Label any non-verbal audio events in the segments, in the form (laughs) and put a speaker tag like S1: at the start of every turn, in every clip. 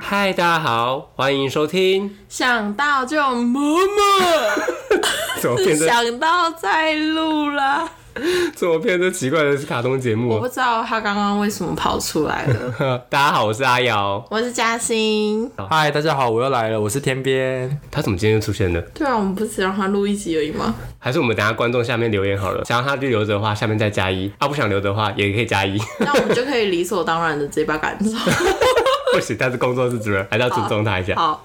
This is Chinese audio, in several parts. S1: 嗨，大家好，欢迎收听。
S2: 想到就摸摸，
S1: (laughs) 怎么哦变成
S2: 想到再录啦。
S1: 怎么变成奇怪的卡通节目
S2: 我不知道他刚刚为什么跑出
S1: (laughs)
S2: 来了。
S1: 啊？大家好，我是阿瑶。
S2: 我是嘉欣。
S3: 嗨，大家好，我又来了，我是天边。
S1: 他怎么今天就出现了？
S2: 对啊，我们不是让他录一集而已吗？
S1: 还是我们等一下观众下面留言好了。想要他就留着的话，下面再加一；啊，不想留的话也可以加一。 (laughs)
S2: 那我们就可以理所当然的直接把他赶走。
S1: 不行，他是工作室主人，还是要尊重他一下。
S2: 好，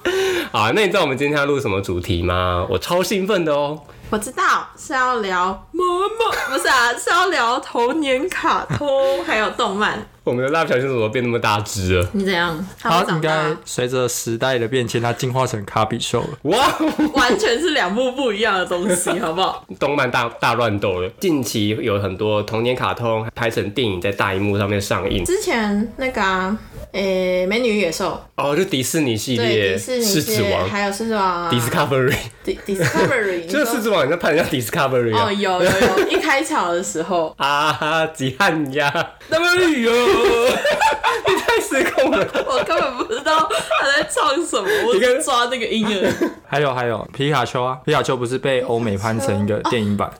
S1: 好啊，那你知道我们今天要录什么主题吗？我超兴奋的哦！
S2: 我知道是要聊摸摸，不是啊，是要聊童年卡通还有动漫。
S1: 我们的蜡笔小新怎么变那么大只了？
S2: 你怎样？他
S3: 它
S2: 们长
S3: 应该
S2: 大
S3: 随着时代的变迁，它进化成卡比兽了。
S1: 哇，
S2: (laughs) 完全是两部不一样的东西，好
S1: (laughs)
S2: 不好？
S1: 动漫大大乱斗了！近期有很多童年卡通拍成电影，在大荧幕上面上映。
S2: 之前那个啊，诶、美女与野兽，
S1: 哦，就迪士尼系
S2: 对，
S1: 列，
S2: 迪士尼
S1: 狮子
S2: 系列
S1: 王。
S2: 还有狮子王啊，
S1: 迪斯 Discovery，
S2: D
S1: (laughs)
S2: Discovery，
S1: 就是狮
S2: 你说
S1: 子王，你在拍人家 Discovery
S2: 哦，
S1: 啊？，
S2: 有有有，一开场的时候 (laughs)
S1: 啊哈，吉汉呀，那么绿哦， (laughs) 你太失控了。
S2: 我根本不知道他在唱什么，我
S1: 你看
S2: 只抓那个婴儿。
S3: 还有还有，皮卡丘啊，皮卡丘不是被欧美拍成一个电影版？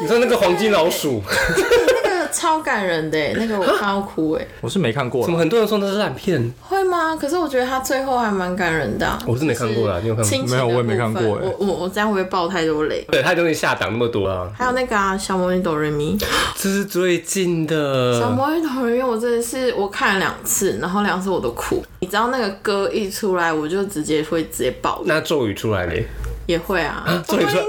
S1: 你说那个黄金老鼠，
S2: (laughs) 那个超感人的，欸那个我看到哭
S1: (gasps)
S2: 哎，
S3: 我是没看过啊
S1: 怎么，很多人说那是烂片？
S2: 会吗？可是我觉得他最后还蛮感人的啊。
S1: 我是没看过啦，你有看过？欸
S2: 亲情的
S3: 没有我也没
S2: 部
S3: 看
S2: 分
S3: 过哎
S2: 我我我这样会不会爆太多雷？
S1: 对，他东西下档那么多啊，
S2: 还有那个啊，小魔女哆瑞咪，
S1: 这是最近
S2: 小
S1: 的。
S2: 魔女哆瑞咪，我真的是我看了两次，然后两次我都哭。你知道那个歌一出来，我就直接会直接爆，
S1: 那咒语出来嘞？
S2: 也会啊。
S1: (laughs) 咒语出来，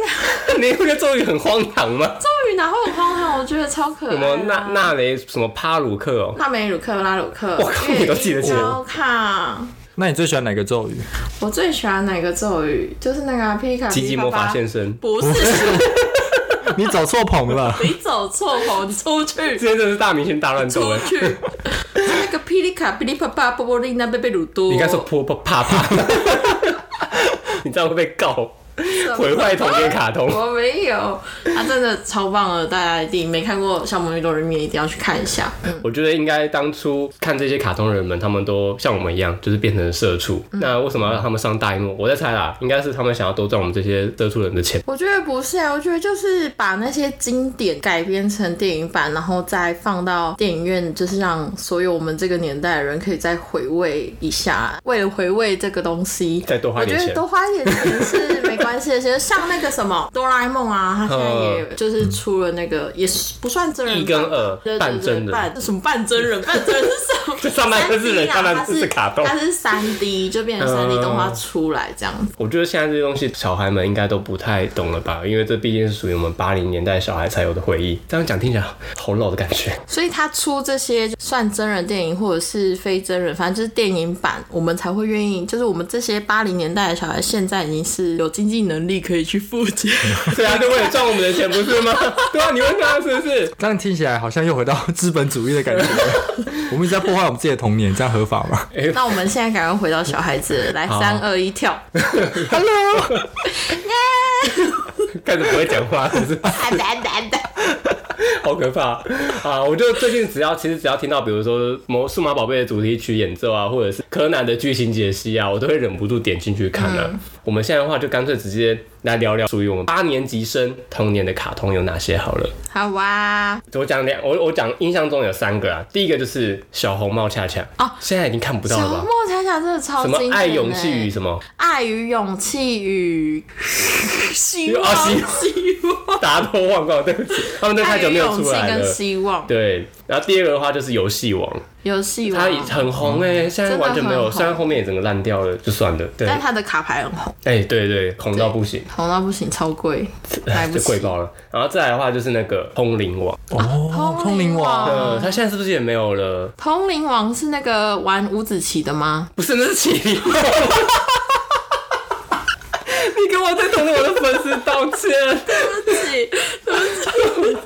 S1: 你不觉得咒语很荒唐 (laughs) 吗？
S2: 咒语哪会很荒唐？我 (laughs) 觉得超可爱、
S1: 什
S2: 啊。
S1: 么纳纳雷什么帕鲁克哦，
S2: 帕梅鲁克、拉鲁克，
S1: 哇靠你都记得起来
S2: 高卡，
S3: 那你最喜欢哪个咒语？
S2: 我最喜欢哪个咒语？就是那个啊皮卡
S1: (laughs) 奇迹魔法
S2: 皮卡巴
S1: 现身。
S2: 不是，。
S3: 你走错棚了
S2: 你走错棚，你
S1: (laughs)
S2: 出去，
S1: 今天真的是大明星大乱斗
S2: 出
S1: (laughs) 哎！
S2: 去。是那个霹雳卡、霹雳啪啪、波波丽娜、贝贝鲁多，
S1: 你应该说啪啪啪 (laughs) 啪，你这样会被告毁坏童年卡通。
S2: 我没有，他真的超棒的，大家一定没看过《小魔女多人面》，一定要去看一下。
S1: 我觉得应该当初看这些卡通人们，他们都像我们一样，就是变成社畜。
S2: 嗯
S1: 那为什么要让他们上大荧幕？我在猜啦，应该是他们想要多赚我们这些社畜人的钱。
S2: 我觉得不是啊，我觉得就是把那些经典改编成电影版，然后再放到电影院，就是让所有我们这个年代的人可以再回味一下。为了回味这个东西，
S1: 再多花一点钱
S2: 我觉得多花一点钱是没关系的。其实像那个什么哆啦 A 梦啊，他现在也就是出了那个，也是不算真人
S1: 嗯
S2: 版
S1: 一跟二
S2: 对对对
S1: 半真人
S2: 半什么半真人，半真人
S1: (laughs)
S2: 是什么？
S1: 这上半身是人
S2: 3D 啊
S1: 下半身是卡通
S2: 它是三 D，就变成三 D
S1: 嗯
S2: 动画出来这样子。
S1: 我觉得现在这些东西，小孩们应该都不太懂了吧？因为这毕竟是属于我们八零年代小孩才有的回忆。这样讲听起来好老的感
S2: (laughs)
S1: 觉。
S2: 所以他出这些算真人电影或者是非真人，反正就是电影版，我们才会愿意。就是我们这些八零年代的小孩，现在已经是有经济能力可以去付
S1: (laughs)
S2: 钱。
S1: 对啊，就为了赚我们的钱，不是吗？对啊，你问他是不
S2: (laughs)
S1: 是？
S3: (laughs) 这样听起来好像又回到资本主义的感觉。我们一直在破坏我们自己的童年，这样合法吗
S2: 那我们现在赶快回到小孩子了，来
S1: 好
S2: 三二一跳，
S3: ？Hello，
S1: 开始不会讲话，是不是？
S2: 哒哒哒哒
S1: 好可怕啊！我就最近只要其实只要听到，比如说《魔数码宝贝》的主题曲演奏啊，或者是柯南的剧情解析啊，我都会忍不住点进去看
S2: 嗯
S1: 啊。我们现在的话，就干脆直接来聊聊属于我们八年级生童年的卡通有哪些好了。
S2: 好哇！
S1: 我讲两，我我讲印象中有三个啊。第一个就是小红帽恰恰
S2: 哦
S1: 现在已经看不到
S2: 小
S1: 了
S2: 莫
S1: 吧？
S2: 恰恰真的
S1: 什
S2: 超经
S1: 么
S2: 典、欸，
S1: (laughs) 爱勇气与什么
S2: 爱与勇气与希望，
S1: 啊希
S2: 希望，
S1: 大家都忘光了，对不起，他们都
S2: 爱
S1: 太久
S2: 与
S1: 没有
S2: 勇
S1: 出
S2: 气
S1: 来
S2: 跟
S1: 了。
S2: 希望，
S1: 对，然后第二个的话就是游戏王，
S2: 有希望
S1: 它。很红哎、现在完全没
S2: 真的
S1: 有，
S2: 很红
S1: 虽然后面也整个烂掉了，就算了。对，
S2: 但
S1: 哎、
S2: 他的卡牌很红，
S1: 对对，红到不行，
S2: 红到不行，超
S1: (laughs)
S2: 贵，买不
S1: 就
S2: 起。
S1: 贵爆了。然后再来的话就是那个通灵王，
S3: 哦，
S2: 通灵王
S1: 呃，它现在是不是也没有了？
S2: 通灵王是那个玩五子棋的 (laughs) 吗？
S1: 不是，那是麒麟 (laughs) 王。你给我对通灵王的粉丝道歉。
S2: 对不起，对不起，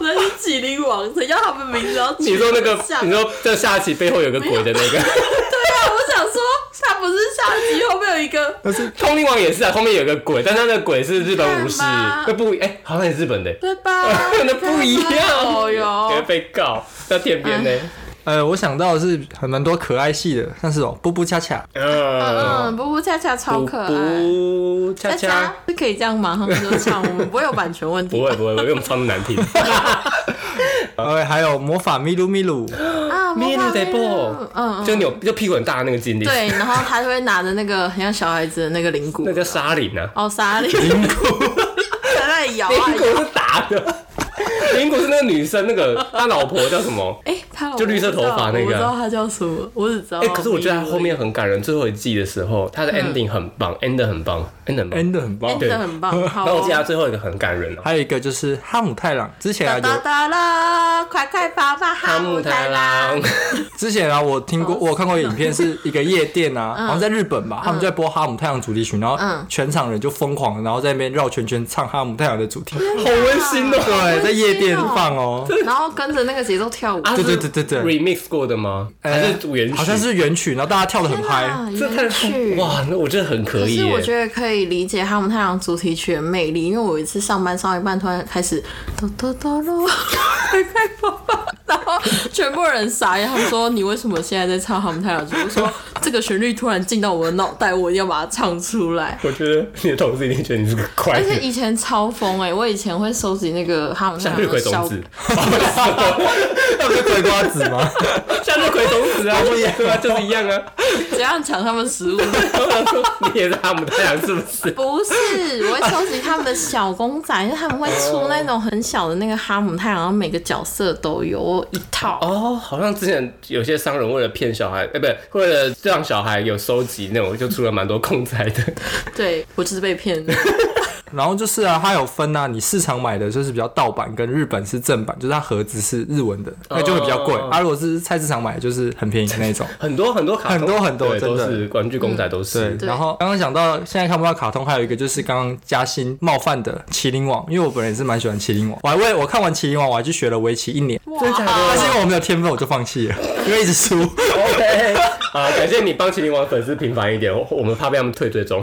S2: 那是麒麟王，谁叫他们名字要
S1: 你说那个，你
S2: 对啊，
S1: 说这下棋背后有个鬼的那 (laughs) 个，
S2: 我想说，他不是下棋后面有
S1: (laughs)
S2: 一个，
S1: 通灵王也是啊，后面有个鬼，但他那个鬼是日本武士，
S2: 你看吧
S1: 那不哎、好像也是日本的、
S2: 对吧
S1: (laughs)？
S2: 啊
S1: 那不一样
S2: 哦
S1: (laughs) 会
S2: 哟，
S1: 被告。那天边呢？
S3: 呃，我想到的是很蛮多可爱系的，像是哦，布布恰恰，
S1: 嗯，
S2: 嗯，不不恰恰超可爱，
S1: 不恰
S2: 恰恰
S1: 恰，
S2: 是可以这样吗？他们就唱，我们不会有版权问
S1: 不
S2: 题
S1: 会不会，我用唱
S2: (laughs)
S1: 难听。
S3: 呃，还有魔法咪噜咪噜，
S2: 啊。
S1: 咪噜得
S2: 嗯嗯
S1: 啵，， (laughs) 就扭就屁股很大那个精力，
S2: 对，然后他就会拿着那个很像小孩子的那个铃鼓
S1: (laughs) 那，叫沙林啊。
S2: 哦，沙铃铃鼓， (laughs) 在那里摇啊
S1: 林
S2: 摇。
S1: 果是打
S2: (laughs)
S1: 的，林果是那个女生，那个他老婆叫什么？
S2: 哎，他
S1: 就绿色头发那个啊
S2: 我不知道他叫什么，我只知道。
S1: 哎、可是我觉得他后面很感人，最后一季的时候，他的 ending 很棒、e n d 很棒，end 很棒。
S3: 真的很棒。
S2: 真的嗯很棒，好
S1: 然后我记得他
S2: 哦。
S1: 最后一个很感人哦，
S3: 还有一个就是哈姆太郎，之前啊
S2: 哒哒
S3: 有，
S2: 哒啦，快快跑吧，
S1: 哈
S2: 哈姆
S1: 姆
S2: 太
S1: 太
S2: 郎
S1: 郎。
S3: 之前啊我听过，我有看过影片，是一个夜店啊，然后在日本吧，他们就在播哈姆太郎主题曲，然后
S2: 嗯
S3: 全场人就疯狂，然后在那边绕圈圈唱哈姆太郎的主题，
S1: 好温馨哦。
S3: 对，在夜店放哦，
S2: 然后跟着那个节奏跳舞，
S1: 啊
S3: 对对
S1: 是
S3: 对对对
S1: remix 过的哦吗？还是
S3: 呃
S1: 原曲？
S3: 好像是原曲，然后大家跳的很嗨
S2: 啊，，
S1: 这太
S2: 原曲
S1: 哇，那我觉得很可
S2: 可
S1: 以
S2: 是我
S1: 耶。
S2: 觉得可以理解他们太阳主题曲的魅力，因为我有一次上班上一半，突然开始哆哆哆咯， (laughs) 快快跑吧，然后全部人傻眼，他们说你为什么现在在唱他们太阳主题曲？我说这个旋律突然进到我的脑袋，我一定要把它唱出来。
S1: 我觉得你的同事一定觉得你是个快
S2: 而且
S1: 乐。
S2: 以前超疯哎、我以前会收集那个他们太
S1: 向
S2: 阳
S1: 日
S2: 的
S1: 葵
S2: 小
S1: 种子， (laughs) 向
S3: 那不 (laughs) 是葵瓜子吗？
S1: 日葵种子 (laughs) 啊，不一样啊，就是一样啊。
S2: 怎样抢他们食
S1: (laughs)
S2: 物？
S1: 我想说你也是哈姆太阳是不是？
S2: 不是，我会收集他们的小公仔，因为他们会出那种很小的那个哈姆太阳，然后每个角色都有我有一套。
S1: 哦，好像之前有些商人为了骗小孩，哎、不是为了让小孩有收集那种，就出了蛮多空仔的。 (laughs)
S2: 对我就是被骗的。
S3: 然后就是啊，它有分啊，你市场买的就是比较盗版，跟日本是正版，就是它盒子是日文的，那就会比较贵。
S1: 哦
S3: 啊，如果是菜市场买，就是很便宜的那种。
S1: 很多很多卡通，
S3: 很多很多
S1: 对
S3: 真
S1: 都
S3: 的
S1: 是玩具公仔，都是。
S3: 对，
S2: 对
S3: 然后刚刚想到现在看不到卡通，还有一个就是刚刚嘉欣冒犯的《麒麟王》，因为我本人也是蛮喜欢《麒麟王》，我还为我看完《麒麟王》，我还去学了围棋一年，
S1: (laughs) 真假
S3: 但是
S1: 的
S3: 因为我没有天分，我就放弃了，因为一直输。
S2: 哦
S1: (laughs) ？OK，啊，感谢你帮麒麟王粉丝平反一点，我我们怕被他们退追踪。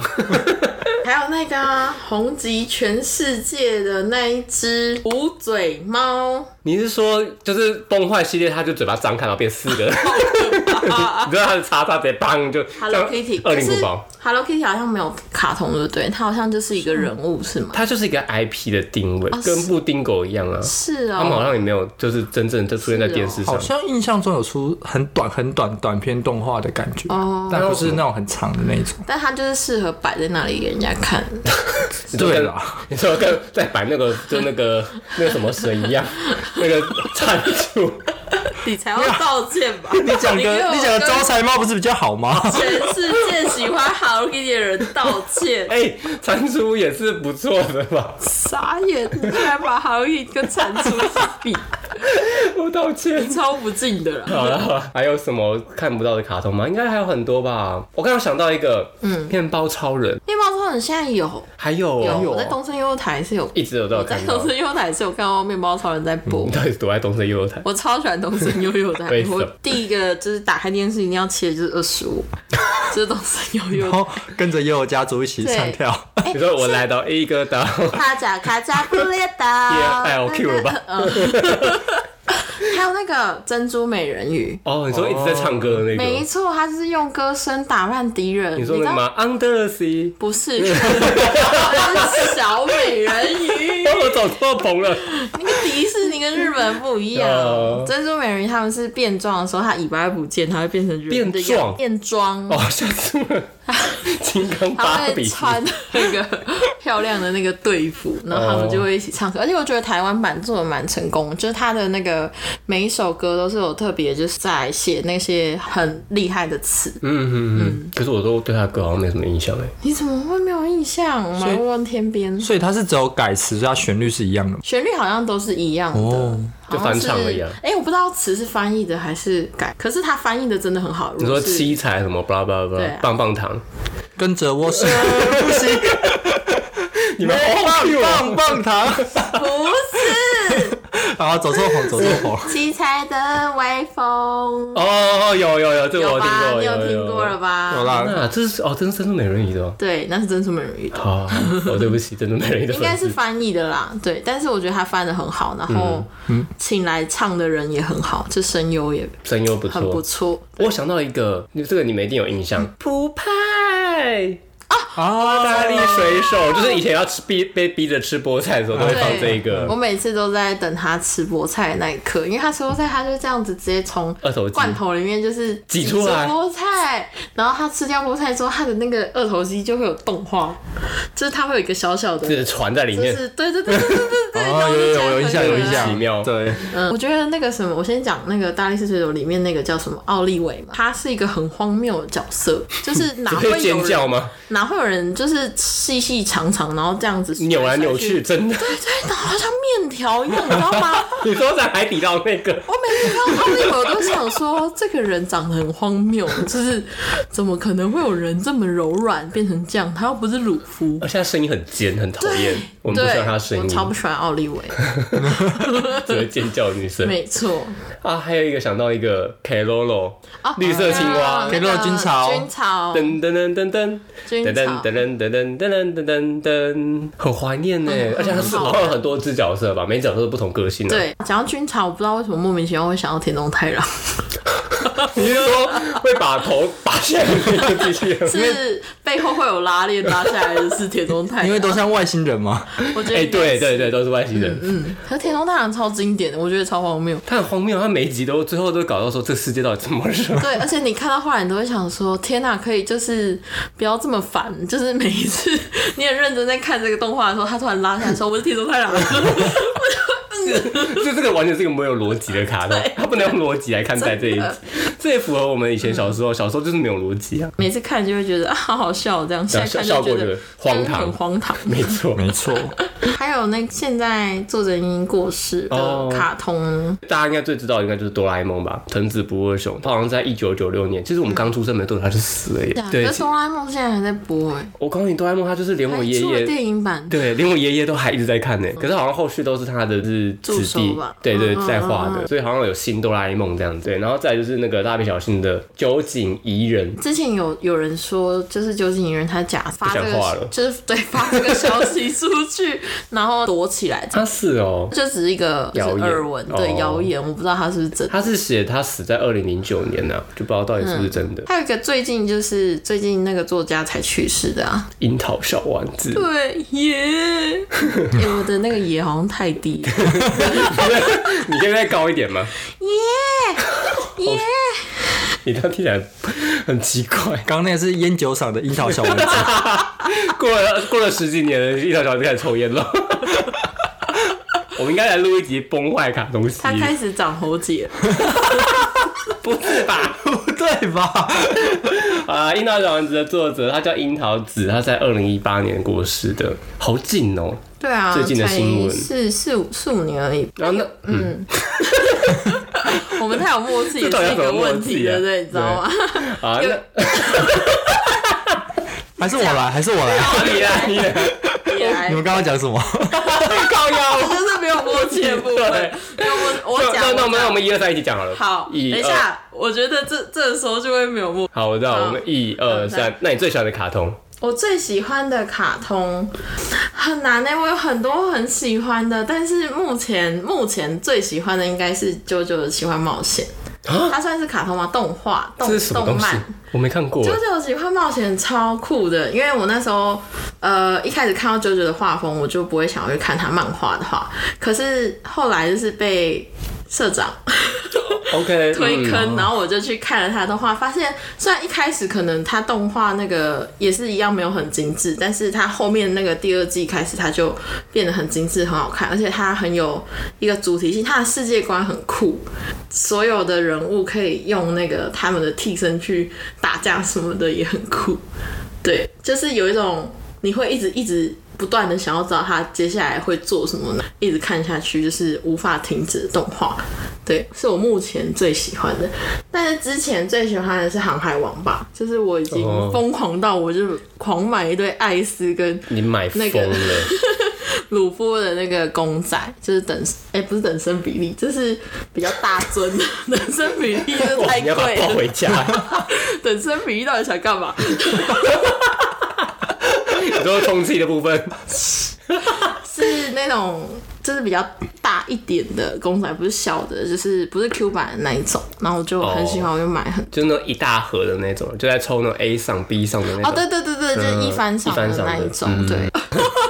S2: 还有那个啊、红极全世界的那一只捂嘴猫，
S1: 你是说就是崩坏系列，他就嘴巴张开然后变四个， (laughs) 你知道他的叉叉直接砰就
S2: Hello Kitty，
S1: 二
S2: 可
S1: 零古
S2: 是
S1: 堡，
S2: Hello Kitty 好像没有卡通，对不对？它好像就是一个人物，是吗？
S1: 它就是一个 IP 的定位，
S2: 哦
S1: 跟
S2: 是
S1: 布丁狗一样啊。
S2: 是
S1: 他们好
S2: 哦，
S1: 像也没有，就是真正就出现在电视上
S3: 好。像印象中有出很短很短短片动画的感觉，
S2: 哦
S3: 但不是那种很长的那种。
S2: 但它就是适合摆在那里给人家看。
S1: 你说跟
S2: (laughs)
S3: 对啊啦，
S1: 你说跟在摆那个就那个那个什么神一样，那个蟾
S2: (laughs)
S1: 蜍，
S2: 你才要道歉吧？
S3: 你讲
S2: 给
S3: 的
S2: 我
S3: 你讲的
S2: 跟
S3: 招财猫不是比较好吗？
S2: 全世界喜欢 Hello Kitty 的人道歉，
S1: 哎、蟾蜍也是不错的吧？
S2: (laughs) 傻眼！你居然把 Hello Kitty 跟蟾蜍一起比，
S1: 我道歉。
S2: 超不敬的啦。
S1: 好了，还有什么看不到的卡通吗？应该还有很多吧。我刚刚想到一个，嗯，面包超人，
S2: 面包超人现在有
S1: 还有哦
S2: 有，哦我在东森幼幼台是有，
S1: 一直有都有
S2: 我在
S1: 看到
S2: 东。森幼幼台是有看到面包超人在播
S1: 你。到底是躲在东森幼幼台？
S2: 我超喜欢东森幼幼 (laughs) 台
S1: 为，什么
S2: 我第一个就是打开电视一定要切的就是二十 (laughs) 五，就是东森幼幼
S3: (laughs) 然。后跟着悠悠家族一起唱跳，
S2: 哎
S1: 你说我来到一个
S2: (laughs)
S1: 岛，
S2: 咔嚓咔嚓布列
S1: (laughs)
S2: 岛，
S1: 哎，我 Q 了
S2: (laughs)
S1: 吧？
S2: 嗯还有那个珍珠美人鱼，
S1: 哦，你说一直在唱歌的那
S2: 没
S1: 个，
S2: 错，他是用歌声打扮敌人。
S1: 你说那个
S2: 知道
S1: 吗？Under the
S2: (laughs)
S1: sea，
S2: 不是，是小美人鱼。
S1: 哦我走错棚了。
S2: 那个迪士尼跟日本不一
S1: (laughs)
S2: 样
S1: 哦，
S2: 珍珠美人鱼他们是变装的时候，它尾巴会不见，它会变成人的
S1: 变壮
S2: 样变装。
S1: 哦，吓死我了！
S2: (laughs)
S1: 金刚
S2: 他
S1: 芭
S2: 会
S1: 比，
S2: 穿那个
S1: (laughs)
S2: 漂亮的那个队服，然后他们就会一起唱歌。而且我觉得台湾版做的蛮成功的，就是他的那个每一首歌都是有特别，就是在写那些很厉害的词。
S1: 嗯嗯嗯。可是我都对他的歌好像没什么印象哎。
S2: 你怎么会没有印象？
S3: 所以
S2: 问问天边，
S3: 所以它是只有改词，所以它旋律是一样的吗。
S2: 旋律好像都是一样的。
S3: 哦
S2: 好像是
S1: 就翻唱而已啊
S2: 哎、我不知道词是翻译的还是改，可是他翻译的真的很好。
S1: 你
S2: 如
S1: 说
S2: 果是
S1: 七彩什么巴拉巴拉巴
S2: 对
S1: 拉
S2: 啊
S1: 棒棒糖，
S3: 跟着我深呼
S2: (laughs)
S3: 吸，
S1: 你们好哦
S3: 棒棒棒糖，
S1: (laughs)
S2: 不是？
S3: 啊，走错红，走错红。
S2: 七彩的微风，
S1: 哦哦，哦有有有，这个我
S2: 有
S1: 听
S2: 吧？
S1: 过，
S2: 你有
S1: 有
S2: 听过了？吧？
S3: 有啦，
S1: 啊，这是哦，这是珍珠美人鱼的哦。
S2: 对，那是真是美人鱼的， (laughs)
S1: 好，哦，对不起，珍珠美人鱼的
S2: 应
S1: 粉
S2: 该
S1: 丝
S2: 是翻译的啦。对，但是我觉得他翻的很好，然后请来唱的人也很好，这声优也
S1: 声优不
S2: 很不
S1: 错。
S2: 错。
S1: 我想到一个，这个你们一定有印象，
S3: 嗯
S1: 普派。
S3: 啊，
S1: 大力水手就是以前要吃逼被逼着吃菠菜的时候，都会放这个
S3: 嗯
S2: 我每次都在等他吃菠菜的那一刻，因为他吃菠菜，他就这样子直接从
S1: 二头肌。
S2: 罐头里面就是
S1: 挤出来
S2: 菠菜，然后他吃掉菠菜之后，他的那个二头肌就会有动画，就是它会有一个小小的，
S1: 这是船在里
S2: 就
S1: 面，
S2: 是对对对对对对对，
S3: 哦，有有有，有印象，有印
S1: 奇
S3: 象。
S1: 妙
S3: 对，
S2: 嗯，我觉得那个什么，我先讲那个《大力士水手》里面那个叫什么奥利维嘛，他是一个很荒谬的角色，
S1: (laughs)
S2: 就是哪啊会
S1: 会
S2: 有
S1: 尖叫
S2: 人
S1: 吗？
S2: 哪会有人就是细细长长，然后这样子
S1: 扭来扭
S2: 甩
S1: 去，
S2: 甩
S1: 真的。
S2: 对对，然后像面条一样，你知道
S1: (laughs)
S2: 吗？
S1: 你说在海底捞那个，
S2: 我每次看到奥利维，我都想说，这个人长得很荒谬，就是怎么可能会有人这么柔软变成这样？他又不是鲁夫。
S1: 而且他声音很尖，很讨厌
S2: 对，，
S1: 我们不喜欢他的
S2: 我
S1: 声
S2: 超
S1: 音
S2: 不，喜欢奥利维。
S1: 只会尖叫的女生
S2: 没错，
S1: 啊。还有一个想到一个 Kelolo，
S2: 哦
S1: 绿色青蛙
S2: 那个
S3: 给洛君朝
S2: 君朝，
S1: 噔噔噔噔噔。
S2: 君
S1: 噔噔
S2: 朝
S1: 噔，噔噔噔噔噔噔噔，很怀念呢
S2: 嗯，
S1: 而且他是
S2: 很好
S1: 好
S2: 玩
S1: 像有很多只角色吧，每只角色都不同个性啊。
S2: 对，讲到君朝，我不知道为什么莫名其妙会想到田中太郎，
S1: (laughs) 你是说会把头拔下来 (laughs) 的机器人？
S2: 是背后会有拉链拉下来的是田中太郎，
S3: 因为都 (laughs) 像外星人嘛。
S2: 我觉得
S1: 哎、
S2: 应该
S1: 对对
S2: 是，
S1: 对，都是外星人。
S2: 嗯，可是田中太郎超经典的，我觉得超荒谬。
S1: 他很荒谬，他每一集都最后都搞到说这世界到底怎么回
S2: (laughs)
S1: 事？
S2: 对，而且你看到后来，你都会想说：天哪、可以就是不要这么烦。就是每一次 (laughs) 你很认真在看这个动画的时候，他突然拉下来说：“我是嗯铁中太郎。 (laughs)
S1: 就这个完全是一个没有逻辑的卡通，他不能用逻辑来看待这一集，这也符合我们以前小时候，小时候就是没有逻辑啊”，
S2: 每次看就会觉得啊，好好笑这样，现在看
S1: 效
S2: 就
S1: 果
S2: 觉
S1: 就
S2: 得
S1: 是荒
S2: 真的很
S1: 唐，
S2: 荒唐。
S1: 没错。
S3: 没错，
S2: 还有那现在作者已经过世
S1: 哦
S2: 的卡通，
S1: 大家应该最知道的应该就是哆啦 A 梦吧，藤子不二雄，他好像在一九九六年，其实我们刚出生没多久他就死了耶
S2: 对啊。
S1: 对
S2: 可，是哆啦 A 梦现在还在播哎、
S1: 我告诉你，哆啦 A 梦他就是连我
S2: 还
S1: 爷
S2: 出了
S1: 爷
S2: 电影版。
S1: 对，连我爷爷都还一直在看呢。可是好像后续都是他的是
S2: 助
S1: 子
S2: 手
S1: 弟
S2: 吧，
S1: 对对
S2: 嗯嗯
S1: 在画的，所以好像有新哆啦 A 梦这样子。对，然后再来就是那个蜡笔小新的酒井宜人，
S2: 之前有有人说，就是酒井仁他假发这
S1: 不想画了
S2: 个，就是对发这个消息出去，然后躲起来，
S1: 他是哦，
S2: 这只是一个就是
S1: 谣言
S2: 耳闻，对
S1: 哦
S2: 谣言，我不知道它是不是真的。
S1: 他是写他死在二零零九年呢、就不知道到底
S2: 嗯
S1: 是不是真的。
S2: 还有一个最近就是最近那个作家才去世的啊，
S1: 樱桃小丸子，
S2: 对耶，哎我的那个耶好像太
S1: (laughs)
S2: 低了，
S1: (laughs) 你可以再高一点吗？ (laughs) 耶耶，你这样听起来很奇怪。
S3: 刚刚那个是烟酒嗓的樱桃小丸子，
S1: 过了过了十几年了，樱桃小丸子开始抽烟
S2: (laughs)
S1: 了。我们应该来录一集崩坏卡东西，
S2: 他开始长喉结了，
S1: 不是
S2: (laughs)
S1: 吧？
S3: (laughs) 不对吧？
S1: 啊，《樱桃小丸子》的作者，他叫樱桃子，他在二零一八年过世的，好近哦。
S2: 对啊，
S1: 最近的新闻
S2: 才四四五四五年而已，
S1: 然后那
S2: 嗯。我们太有默契
S1: 这
S2: 也
S1: 到底
S2: 是一
S1: 要
S2: 个
S1: 怎么默
S2: 问题
S1: 契啊
S2: 了，对，你知道吗？
S1: 啊，
S2: 有
S1: 那
S3: 还是我来，还是我 (laughs) 来。
S1: 你
S2: (laughs)
S1: 啊你啊，
S2: 也还
S3: 你们刚刚讲什么？
S1: 靠腰。
S2: (laughs) 就是没有默契的部分
S1: 对，
S2: 因为我我
S1: 那
S2: 讲
S1: 那我们
S2: 讲
S1: 那我们一二三一起讲好了。
S2: 好，等
S1: 一
S2: 一
S1: 二，
S2: 下，我觉得这这时候就会没有默
S1: 好，我知道，
S2: 好
S1: 我们一二三。那你最喜欢的卡通？
S2: 我最喜欢的卡通很难呢、我有很多很喜欢的，但是目前目前最喜欢的应该是《啾啾的奇幻冒险》，它算是卡通吗？动画动
S1: 啊这是什么
S2: 动
S1: 东西
S2: 漫。？
S1: 我没看过
S2: 九。九奇幻冒险超酷的，因为我那时候呃一开始看到九九的画风，我就不会想要去看他漫画的话，可是后来就是被社长
S1: OK，
S2: 推
S1: 嗯
S2: 坑，然后我就去看了他的动画，发现虽然一开始可能他动画那个也是一样没有很精致，但是他后面那个第二季开始他就变得很精致，很好看，而且他很有一个主题性，他的世界观很酷，所有的人物可以用那个他们的替身去打架什么的也很酷，对，就是有一种你会一直一直。不断的想要知道他接下来会做什么呢？一直看下去就是无法停止的动画，对，是我目前最喜欢的。但是之前最喜欢的是《航海王》吧，就是我已经
S1: 哦
S2: 疯狂到我就狂买一堆艾斯跟
S1: 你买疯了，
S2: 鲁夫的那个公仔，就是等哎、不是等身比例，就是比较大尊的 (laughs) 等身比例，就是
S1: 哇，
S2: (laughs) 太
S1: 你要把它
S2: 贵
S1: 抱回
S2: 了。
S1: 家，
S2: 等身比例到底想干嘛？
S1: 你说充气的部分，
S2: 是那种就是比较大一点的公仔，不是小的，就是不是 Q 版的那一种。然后我就
S1: 哦
S2: 很喜欢，我就买很
S1: 就是那种一大盒的那种，就在抽那种 A 上 B 上的那
S2: 哦，
S1: 种，嗯
S2: 对对对对，就是一番赏的那一种，
S1: 嗯一番赏的
S2: 对。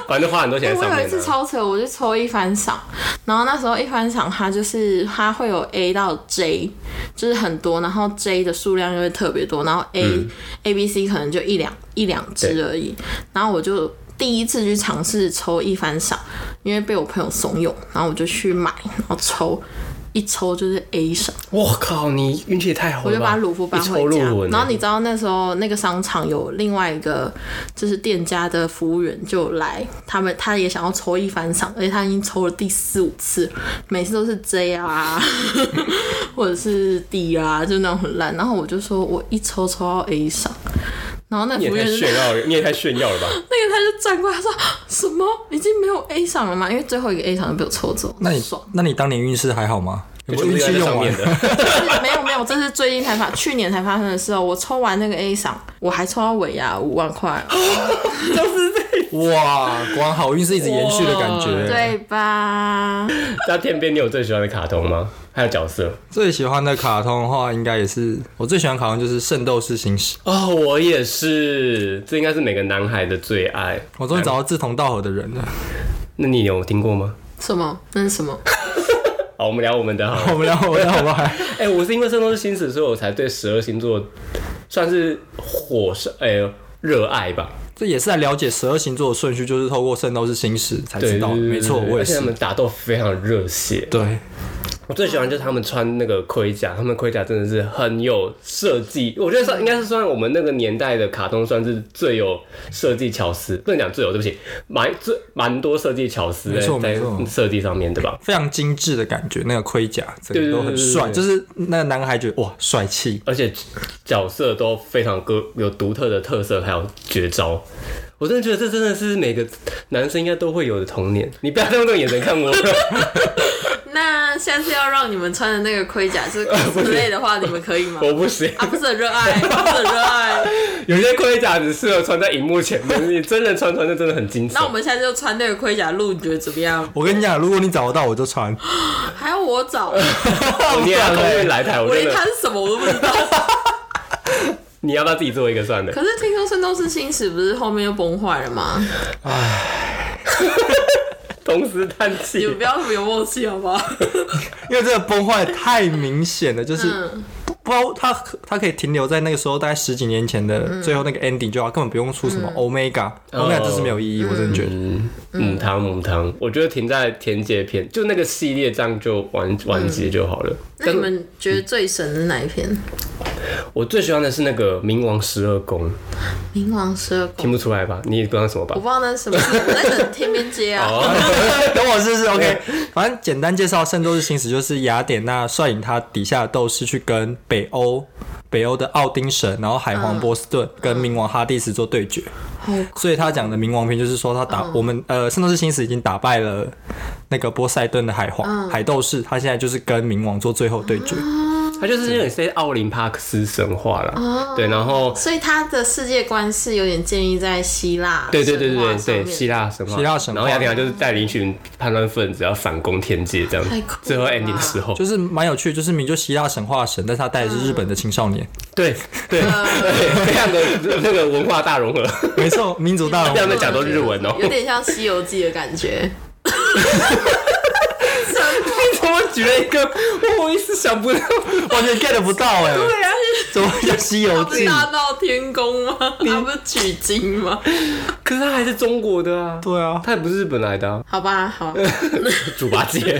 S1: 反正花很多钱在
S2: 我
S1: 上
S2: 有
S1: 面
S2: 一次
S1: 啊。
S2: 超扯，我就抽一番赏，然后那时候一番赏它就是它会有 A 到 J，就是很多，然后 J 的数量就会特别多，然后 A、A B C 可能就一两一两只
S1: 嗯对
S2: 而已，然后我就。第一次去尝试抽一番赏，因为被我朋友怂恿，然后我就去买，然后抽，一抽就是 A 赏，
S1: 我靠，你运气也太好
S2: 我
S1: 了吧！
S2: 就把鲁夫搬
S1: 一
S2: 回
S1: 抽入
S2: 家
S1: 轮。
S2: 然后
S1: 欸
S2: 你知道那时候那个商场有另外一个就是店家的服务员就来，他们他也想要抽一番赏，而且他已经抽了第四五次，每次都是 J 啊， (laughs) 或者是 D 啊，就那种很烂。然后我就说我一抽抽到 A 赏，然后那服
S1: 你也
S2: 务员
S1: 太
S2: 就
S1: 炫耀了，你也太炫耀了吧！
S2: (laughs) 那个他就转过来说什么已经没有 A 赏了吗？因为最后一个 A 赏就被我抽走，
S3: 那你
S2: 爽。
S3: 那你当年运势还好吗？
S1: 就
S3: 我
S1: 全部
S3: 运
S1: 在
S3: 气
S1: 这
S3: 用
S1: 上
S3: 完
S1: 面 (laughs)
S3: 了，
S1: 的，
S2: (laughs) 没有没有，这是最近才发，去年才发生的事哦。我抽完那个 A 赏，我还抽到尾牙五万块哦，
S3: (laughs) 哇，果然好运是一直延续的感觉。，
S2: 对吧？
S1: 那天边你有最喜欢的卡通吗？还有角
S3: (laughs)
S1: 色？
S3: 最喜欢的卡通的话，应该也是我最喜欢的卡通就是《圣斗士星矢》。
S1: 哦，我也是，这应该是每个男孩的最爱。
S3: 我终于找到志同道合的人了。
S1: 那你有听过吗？
S2: 什么？那是什么？
S1: 好，我们聊我们的好了。
S3: 我们聊，我们聊，我们还
S1: 哎、我是因为圣斗士星矢，所以我才对十二星座算是火是哎热爱吧。
S3: 这也是在了解十二星座的顺序，就是透过《圣斗士星矢》才
S1: 对，
S3: 知道的。
S1: 对对
S3: 没错，
S1: 对对
S3: 我也
S1: 而且
S3: 是
S1: 他。们打斗非常热血。
S3: 对，
S1: 我最喜欢就是他们穿那个盔甲，他们盔甲真的是很有设计。我觉得算应该是算我们那个年代的卡通，算是最有设计巧思。不能讲最有，对不起，蛮最蛮多设计巧思
S3: 没错
S1: 在
S3: 没错
S1: 在设计上面，对吧？
S3: 非常精致的感觉，那个盔甲整
S1: 对对
S3: 个都很
S1: 对对
S3: 帅，
S1: 对
S3: 就是那个男孩觉得哇帅气。
S1: 而且角色都非常各有独特的特色，还有绝招。我真的觉得这真的是每个男生应该都会有的童年。你不要再用那种眼神看我， (laughs)
S2: 那下次要让你们穿的那个盔甲 (laughs) 是 cosplay 的话，你们可以吗？
S1: 我不行。
S2: 啊，不是很热 (laughs) 爱，不是很热爱。
S1: 有些盔甲只适合穿在荧幕前面，你真人穿穿就真的很精神
S2: 那。我们下次就穿那个盔甲录，你觉得怎么样？
S3: 我跟你讲，如果你找得到，我就穿。
S2: 还要我找？
S1: 你也要空运来台，我
S2: 我
S1: 真
S2: 连它
S1: 的，
S2: 是什么我都不 (laughs) 知道。
S1: 你要不要自己做一个算了？
S2: 可是听说《圣斗士星矢》不是后面又崩坏了 (laughs) 吗？
S1: 同时叹
S2: 你
S1: 气
S2: 们，不要那么有默契好不 (laughs) 好？
S3: (laughs) 因为这个崩坏太明显了，就是、
S2: 嗯
S3: 不不知道他他可以停留在那个时候，大概十几年前
S1: 嗯
S3: 的最后那个 ending 就好，根本不用出什么 omega，omega、Omega 真是没有意义，我真的觉得。
S1: 嗯，母汤母汤，我觉得停在田姐篇，就那个系列这样就完完结就好了。
S2: 那你们觉得最神的是哪一篇？
S1: 我最喜欢的是那个冥王十二宫，
S2: 冥王十二宫
S1: 听。不出来吧？你也不知道什么吧哦
S2: 我？不知道那是什么，我在等天边街
S1: (laughs)
S2: 啊。
S3: (laughs) 等我试试，OK。反正简单介绍《圣斗士星矢》，就是雅典娜率领她底下的斗士去跟北欧、北欧的奥丁神，然后海皇波士顿跟冥王哈迪斯做对决。
S2: 好
S1: 哦
S3: 所以他讲的冥王篇就是说，他打、我们呃，圣斗士星矢已经打败了那个波塞顿的海皇、海斗士，他现在就是跟冥王做最后对决。
S1: 它就是有点像奥林帕克斯神话啦，
S2: 哦
S1: 对，然后
S2: 所以他的世界观是有点建立在希腊
S1: 对对对对
S2: 神话上
S1: 对
S2: 面
S1: 对希腊神话，
S3: 希腊神话
S1: 然后雅典娜就是带领一群叛乱分子要反攻天界这样
S2: 太酷了，
S1: 最后 ending 的时候，
S3: 就是蛮有趣，就是明明就希腊神话神，但是他带的是日本的青少年，
S1: 对对
S2: 呃
S1: 对，非常的 (laughs) 那个文化大融合， (laughs)
S3: 没错，民 (laughs) 族大
S1: 这样
S3: 融
S1: 的
S3: 合。
S1: 讲都是日文哦。
S2: 有点像《西游记》的
S1: (laughs)
S2: 感觉。
S1: 你怎么举了一个？我一时想不到。
S3: 完全 get 不到哎、
S2: 对啊，
S3: 怎么叫《西游
S2: 他不是
S3: 记》？
S2: 大闹天宫吗？他不是取经
S1: (laughs)
S2: 吗？
S1: 可是他还是中国的啊，
S3: 对啊，
S1: 他也不是日本来的、啊。
S2: 好吧，好，
S1: 猪八戒 (laughs)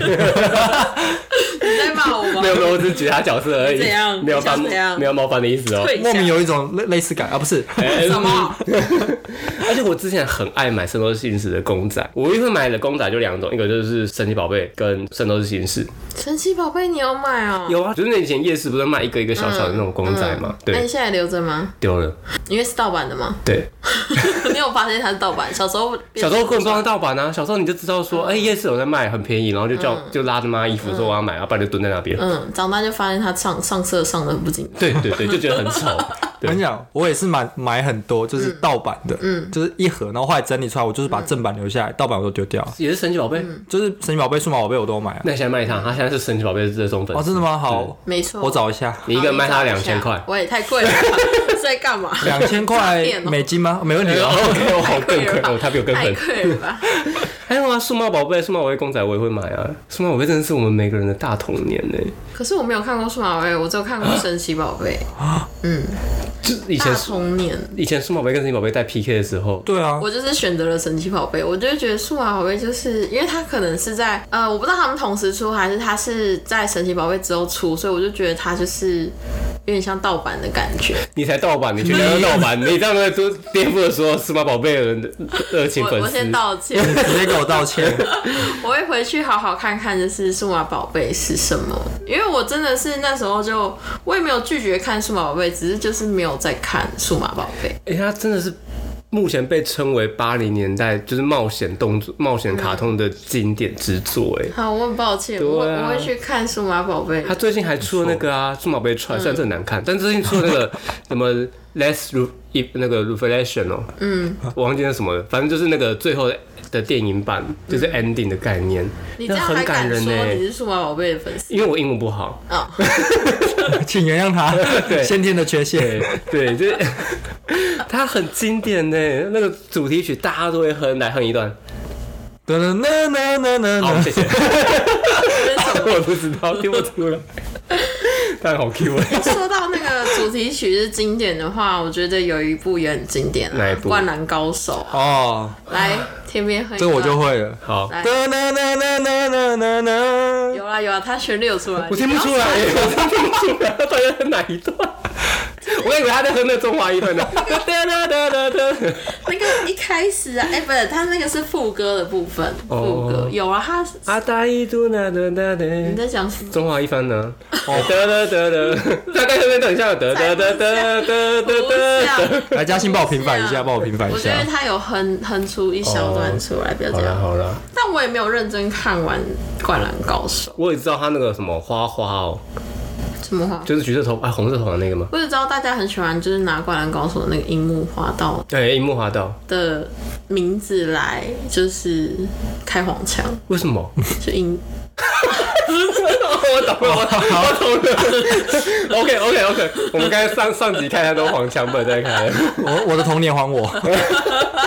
S2: 你在骂我吗
S1: 没？有没有，我只是举他角色而已。
S2: 你怎样
S1: 没有冒
S2: 你想怎样
S1: 没有冒犯的意思哦。
S2: 退
S3: 莫名
S2: 下
S3: 有一种类类似感啊，不是？
S1: 哎
S2: 什么？
S1: (laughs) 而且我之前很爱买《圣斗士星矢》的公仔，我一会买的公仔就两种，一个就是神奇宝贝跟《圣斗士星矢》。
S2: 神奇宝贝你有嗯买哦？
S1: 有啊，就是那以前夜市不是卖一个一个小小的那种公仔嘛？
S2: 那你
S1: 对，
S2: 现在留着吗？
S1: 丢了。
S2: 因为是盗版的吗？
S1: 对，
S2: (laughs) 你有发现它是盗版？小时候
S1: 小时候根本不知道盗
S2: 嗯
S1: 版啊，小时候你就知道说，哎、夜市有在卖，很便宜，然后就叫、就拉着妈衣服说我要买，要不然就蹲在那边。
S2: 嗯，长大就发现它上上色上的不精，
S1: 对对对，就觉得很
S2: (laughs)
S1: 丑。
S3: 我
S1: 对
S3: 跟你讲，我也是买买很多，就是盗版的，就是一盒，然后后来整理出来，我就是把正版留下来，盗版我都丢掉，
S1: 也是神奇宝贝，
S2: 嗯
S3: 就是神奇宝贝、数码宝贝我都有买啊。
S1: 那你现在卖它，它现在是神奇宝贝的热衷粉
S3: 哦，
S1: 丝。
S3: 真的吗？好，
S2: 没错。
S3: 我找一下，
S1: 你一个人卖它
S2: 哦
S1: 两千块，
S2: 我也太贵
S1: (laughs)
S2: 了，是在干 (laughs) 嘛？
S3: 两千块美金吗？没问题
S1: 然
S3: 啊。
S1: 后我更
S2: 贵
S1: 亏，
S2: 了
S1: 哦，他比我更
S2: 太
S1: 狠。
S2: 贵了吧？
S1: 还有啊，数码宝贝、数码宝贝公仔我也会买啊，数码宝贝真的是我们每个人的大童年呢、
S2: 可是我没有看过数码宝贝，我只有看过神奇宝贝。
S1: 就是以前
S2: 大童年，
S1: 以前数码宝贝跟神奇宝贝在 PK 的时候，
S3: 对啊，
S2: 我就是选择了神奇宝贝，我就觉得数码宝贝就是因为它可能是在呃，我不知道他们同时出还是它是在神奇宝贝之后出，所以我就觉得它就是有点像盗版的感觉。
S1: 你才盗版，你全家都盗版，你这样子都颠覆了所有数码宝贝的人的热情
S2: 我
S1: 粉
S2: 我
S1: 丝
S2: 先。道歉，
S3: 直接给我道歉。
S2: 我会回去好好看看，就是数码宝贝是什么，因为我真的是那时候就我也没有拒绝看数码宝贝，只是就是没有在看数码宝贝。
S1: 哎、他真的是目前被称为八零年代就是冒险动作、冒险卡通的经典之作、哎、
S2: 好，我很抱歉，
S1: 对啊
S2: 我我会去看数码宝贝。
S1: 他最近还出了那个啊，数码宝贝
S2: 嗯
S1: 传，虽然这很难看，但最近出了那
S2: (laughs)
S1: 个什么 Less Re 那个 Revelation 哦，嗯，我忘记那什么了，反正就是那个最后的电影版，就是 ending 的概念，
S2: 嗯你这
S1: 那
S2: 样
S1: 很
S2: 还敢
S1: 人呢、欸
S2: 说你是数码宝贝的粉丝？
S1: 因为我英文不好，
S2: 哦，
S3: (laughs) 请原谅他
S1: 对
S3: 先天的缺陷
S1: 对。对，就是 (laughs) 它很经典呢、那个主题曲大家都会哼，来哼一段。
S3: 噔噔噔噔噔噔
S1: 好，谢
S3: 噔，
S1: (laughs) 谢。我不知道，听不出 (laughs) 来。但好 (laughs) Q 哎、
S2: (laughs) 说到那个主题曲是经典的话，我觉得有一部也很经典、啊，
S1: 哪一部
S2: 灌篮高手》啊。
S3: 哦，
S2: 来，天边黑。
S3: 这我就。会了。
S1: 好，
S2: 来，
S3: 噔噔噔噔噔噔噔，
S2: 有啦有啦，它旋律有出来。
S1: 我听不出来、欸，我听不出来，他到底在哼哪一段？ (laughs) 我以为他在哼那中华一段呢。哒哒哒哒哒。
S2: 那个一开始啊，哎、不是，它那个是副歌的部分，副歌、
S1: 哦
S2: 有啊，它是
S1: 阿达一嘟那哒哒哒。
S2: 你在讲什么？
S1: 中华一番呢？哦，哒哒哒 (laughs) 哒，大概这边等一下，哒哒哒哒哒
S2: 不
S1: 哒哒。
S2: 像
S3: 来嘉欣帮我平反一下，帮我平反
S2: 我
S3: 一
S2: 觉
S3: 下
S2: 得。它有哼哼出一小段出来，不要
S1: 好
S2: 这
S1: 了
S2: 样。
S1: 好了，
S2: 但我也没有认真看完《灌篮高手
S1: 我也知道他那个什么花花哦，》，
S2: 什么话？
S1: 就是橘色头啊红色头发那个吗？
S2: 我只知道大家很喜欢，就是拿《灌篮高手》的那个樱木花道
S1: 对，哎樱木花道，
S2: 的名字来，就是开黄腔，
S1: 为什么？
S2: 就樱。
S1: 我懂了，我懂了。OK OK OK，我 (laughs) 们刚才上上集开太多黄腔本在开
S3: 我我的童年还我。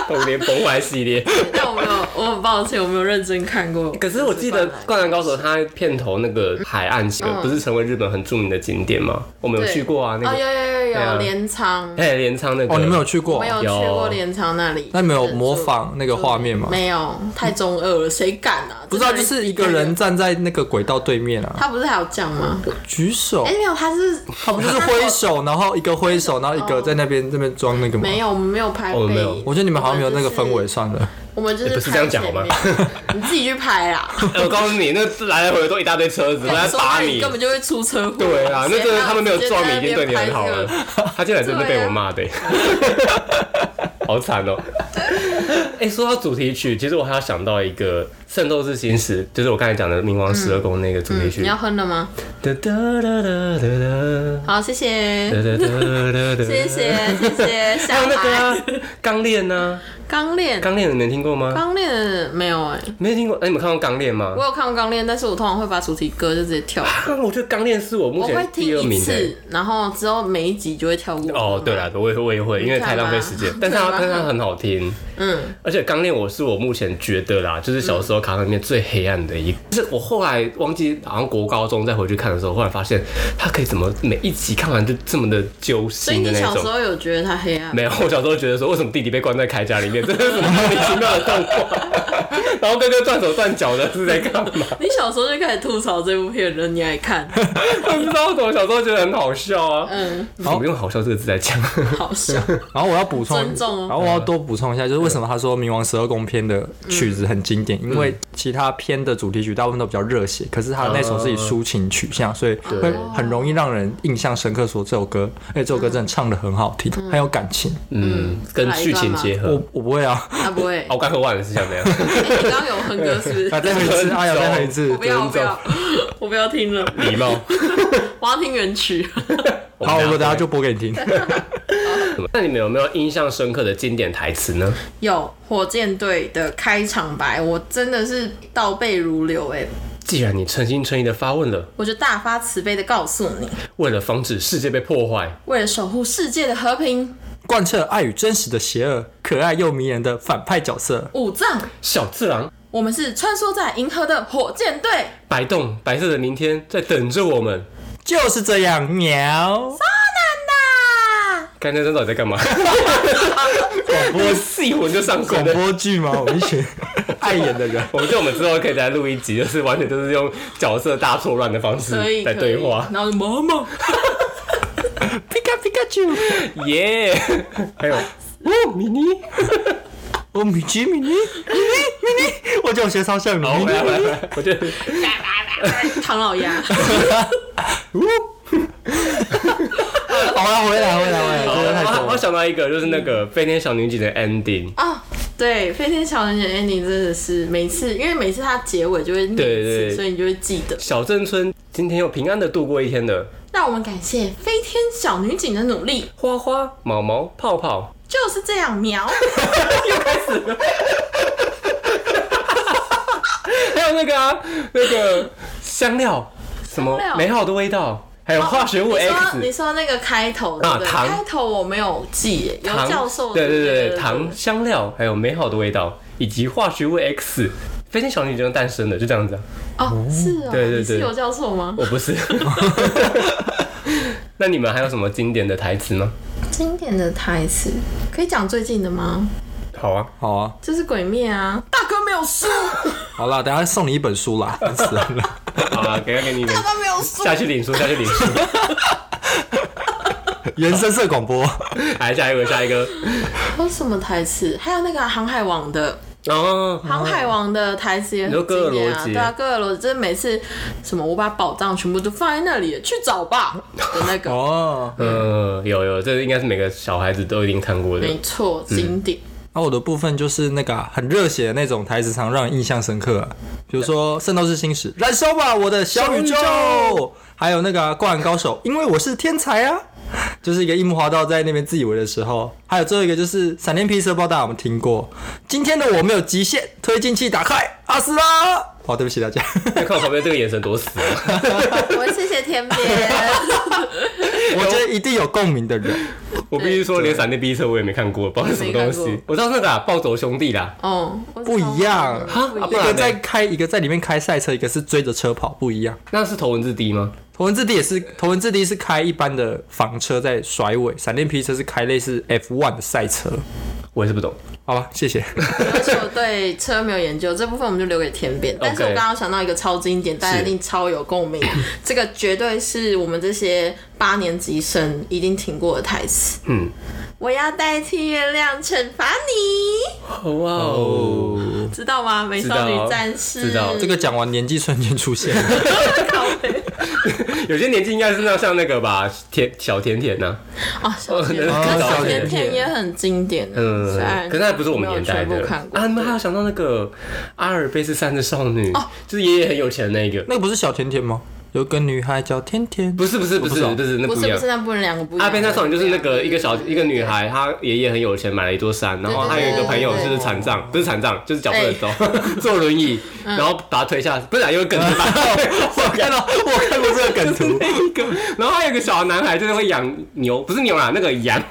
S1: 童年崩坏系列，
S2: 但我没有，我很抱歉，我没有认真看过。
S1: 可是我记得《灌篮高手》它片头那个海岸线
S2: 嗯
S1: 不是成为日本很著名的景点吗？我们有
S2: 对
S1: 去过啊，那
S2: 哦，
S1: 个
S2: 有有有
S1: 对啊
S2: 有镰仓，
S1: 哎镰仓那个
S3: 哦，你们有去过
S2: 没？有去过镰仓那里。
S3: 那你们有
S2: 就是
S3: 模仿那个画面吗？
S2: 没有，太中二了，谁敢啊？
S3: 不知道，就是一个人。站在那个轨道对面啊，
S2: 他不是还有酱吗？
S3: 举手
S2: 哎、，没有，他是
S3: 他不就是挥手，然后一个挥手，然后一个在那边这边装那个吗？
S2: 没有，我们没有拍背
S1: 哦
S2: 影。
S1: 没有
S3: 我觉得你们好像没有那个氛
S2: 我们
S3: 围，
S2: 就是
S3: 算了。
S2: 我们就是
S1: 哎不是这样讲好吗 (laughs)
S2: 拍前面？你自己去拍啦。
S1: 哎我告诉你，那来来回回都一大堆车子在
S2: 说
S1: 打
S2: 那
S1: 你
S2: 根。本就会出车祸。
S1: 对啊，那真的他们没有撞你，已经对你很好了
S2: 谁在那边拍这
S1: (laughs)
S2: 个。啊
S1: 他进来真的被我骂的、 (laughs) 好惨哦、哎、说到主题曲，其实我还要想到一个《圣斗士星矢》，就是我刚才讲的《冥王十二宫》那个主题曲。
S2: 嗯你要哼了吗？
S1: 哒哒哒哒哒哒
S2: 好，谢谢，
S1: 哒哒哒哒，
S2: (laughs) 谢谢，谢谢。
S1: (laughs) 还有
S2: 下
S1: 那个
S2: 来，
S1: 啊，钢炼呢？
S2: 钢链，
S1: 钢炼你没听过吗？
S2: 钢链没有哎，
S1: 没听过？哎，你们看过钢炼吗
S2: 我？有看过钢链，但是我通常会把主题歌就直接跳。
S1: 啊我觉得钢炼是我
S2: 我
S1: 目
S2: 会
S1: 前第二
S2: 听一
S1: 名的。欸
S2: 次，然后之后每一集就会跳过。
S1: 哦，对了，我也我也会，因为太浪费时间
S2: 你看吧，
S1: 但是它
S2: 对吧
S1: 但是它很好听，
S2: 嗯，
S1: 而且《钢炼》我是我目前觉得啦，就是小时候卡通里面最黑暗的一，就是我后来忘记，好像国高中再回去看的时候，后来发现它可以怎么每一集看完就这么的揪
S2: 所以
S1: 心的
S2: 你
S1: 那
S2: 小时
S1: 种。
S2: 候有觉得它黑暗吗？
S1: 没有，我小时候觉得说，为什么弟弟被关在铠甲里面，这是什么莫名其妙的动画？ (laughs) 然后哥哥断手断脚的是在干嘛？
S2: 你小时候就开始吐槽这部片了，你还看？
S1: (laughs) 我不知道，我小时候觉得很好笑 (laughs) 啊。
S2: 嗯，
S1: 怎么用“好笑”这个字来讲？
S2: 好笑。
S3: 然后我要补充，
S2: 尊重哦
S3: 然后我要多补充一下，就是为什么他说《冥王十二宫》篇的曲子很经典，因为
S2: 嗯
S3: 其他篇的主题曲大部分都比较热血，可是他那首是以抒情取向，所以会很容易让人印象深刻。说这首歌，而且这首歌真的唱的很好听，很有感情。
S1: 嗯，跟剧情结 (laughs)
S2: 嗯
S1: 合。
S3: 我我不
S2: (laughs)
S3: 会啊，
S2: 啊，
S1: (laughs)
S2: 不会。
S1: 哦，我刚喝完了是想怎样？
S2: 哎、你刚刚有哼歌
S1: (laughs)
S2: 是不是
S3: 啊？再喝一次，哎呀，再喝一次
S2: (laughs) 我不。要，我不要， (laughs) 我不要听
S1: (laughs)
S2: 了，
S1: 礼貌。
S2: 我要听原曲。 (laughs)
S3: 好，我等下就播给你听。 (laughs)
S1: 那你们有没有印象深刻的经典台词呢？
S2: 有火箭队的开场白，我真的是倒背如流哎、
S1: 既然你诚心诚意的发问了，
S2: 我就大发慈悲的告诉你，
S1: 为了防止世界被破坏，
S2: 为了守护世界的和平，
S3: 贯彻爱与真实的邪恶，可爱又迷人的反派角色。
S2: 五藏，
S1: 小次郎、
S2: 我们是穿梭在银河的火箭队。
S1: 白洞、白色的明天在等着我们。
S3: 就是这样，喵。
S2: 啊！
S1: 刚才真到底在干嘛？广播戏魂就上
S3: 广
S1: 广播。
S3: 播剧吗？我们一
S2: (laughs)
S3: (laughs) 群爱演的人。
S1: (laughs) 我们觉得我们之后可以再录一集，就是完全就是用角色大错乱的方式
S2: 可以
S1: 嗯在对
S2: 可以
S1: 话，
S2: 然后就妈妈，
S3: 皮卡皮卡丘，
S1: (laughs) 耶！还有哦，米妮，
S3: 我哦米奇米妮米妮米妮，我觉得我学超像你。
S1: 好，
S3: 米
S1: 回
S3: 妮
S1: 来回来，回来 (laughs) 我觉得
S2: (laughs) 唐老 (laughs) 鸭，
S3: 好了，回来啊回来回来，真的太
S1: 哦我
S3: 多
S1: 我
S3: 了。
S1: 想到一个，就是那个《飞天小女警》的 ending，
S2: 啊，对，《飞天小女警》ending 真的是每次，因为每次它结尾就会念一次，
S1: 对对
S2: 所以你就会记得。
S1: 小镇村今天又平安的度过一天的。
S2: 让我们感谢飞天小女警的努力，
S1: 花花、毛毛、泡泡，
S2: 就是这样苗。
S1: 还有那个啊，那个香料，什么
S2: 香料哦
S1: 美好的味道，还有 (laughs) 化学物
S2: 你说你
S1: X
S2: 说那个开头对不对？
S1: 啊糖
S2: 开头我没有记耶，有
S1: 糖，
S2: 教授
S1: 对对对
S2: 对
S1: 对，糖香料，还有美好的味道，以及化学物 X。飞天小女警就诞生了，就这样子、啊。
S2: 哦，是哦，
S1: 对对对
S2: 你是有教授吗？
S1: 我不是。 (laughs) 那你们还有什么经典的台词吗？
S2: 经典的台词可以讲最近的吗？
S1: 好啊，
S3: 好啊，
S2: 就是《鬼灭》啊，大哥没
S1: (laughs)
S2: 有输，
S3: 好啦，等一下送你一本书 (laughs) 啦，烦死人了。
S1: 好啊，给给你
S2: (laughs)
S1: 们
S2: 大哥没有输，
S1: 下去领书，下去领书。
S3: 原声社广播，
S1: 来，下一个，下一个。
S2: 还有什么台词？还有那个啊航海王的，
S1: 哦，
S2: 航海王的台词也
S1: 你说
S2: 很
S1: 哥
S2: 经
S1: 尔
S2: 典
S1: 罗
S2: 啊，
S1: 杰
S2: 对啊，哥尔罗杰，就是每次什么我把宝藏全部都放在那里了，去找吧的那个，
S3: 哦，
S1: 嗯，有有，这应该是每个小孩子都一定看过的。
S2: 没错，经典。
S3: 那、我的部分就是那个啊、很热血的那种台词，常让人印象深刻、啊。比如说《圣斗士星矢》，燃烧吧我的小宇宙
S1: 小宇，
S3: 还有那个啊、灌篮高手》，因为我是天才啊，就是一个樱木花道在那边自以为的时候。还有最后一个就是《闪电霹雳射爆大》，我们听过。今天的我没有极限，推进器打开，阿斯拉。好，对不起
S1: (laughs)
S3: 大家，
S1: 那看我旁边这个眼神多死啊！
S2: 我谢谢天边，
S3: 我觉得一定有共鸣的人。
S1: 我必须说，连闪电逼车我也没看过，不知道是什么东
S2: 没看
S1: 西
S2: 过。
S1: 我知道是那个、啊、暴走兄弟啦，
S2: 哦，我
S3: 不一样
S2: 知道不一
S1: 啊
S2: 样
S1: 不
S3: 一
S1: 然
S3: 个
S1: 呢
S3: 在开，一个在里面开赛车，一个是追着车跑，不一样。
S1: 那是头文字 D 吗？
S3: 头文字 D 也是，头文字 D 是开一般的房车在甩尾，闪电皮车是开类似 F1 的赛车。
S1: 我也是不懂。
S3: 好吧，谢谢。
S2: 而且我对车没有研究，这部分我们就留给天边。但是我刚刚想到一个超经典，大家一定超有共鸣，这个绝对是我们这些八年级生一定听过的台词。
S1: 嗯，
S2: 我要代替月亮惩罚你，
S1: 哦哇哦，
S2: 知道吗？美少女战士，
S1: 知道
S3: 这个讲完年纪瞬间出现，了，
S2: 靠背
S1: 有些年纪应该是那像那个吧，甜小甜啊甜呐、
S2: 哦，小甜
S1: 哦小
S2: 甜，
S1: 甜
S2: 小甜
S3: 甜
S2: 甜也很经典。虽
S1: 嗯，
S2: 然
S1: 可是那不是我们
S2: 没有
S1: 年代
S2: 全
S1: 的
S2: 部看过
S1: 啊。你们还有想到那个阿尔卑斯山的少女，
S2: 哦
S1: 就是爷爷很有钱的那个？
S3: 那个不是小甜甜吗？有个女孩叫甜甜，
S1: 不是不是不是
S3: 我不知道
S1: 不是，那
S2: 不
S1: 不一
S2: 是不
S1: 样
S2: 是。那不能两个不一样。
S1: 阿啊贝那少女就是那个一个小一个女孩，她爷爷很有钱，买了一座山，然后她有一个朋友就是残障，不是残障，就是脚不能走，
S2: 哎
S1: 坐轮椅，
S2: 嗯
S1: 然后把她推下，不是啊有个梗图
S2: (laughs)
S1: 吧？
S2: 哦
S1: (laughs) 我看到我看过这个梗图，然后还有一个小男孩就是会养牛，不是牛啦，那个羊，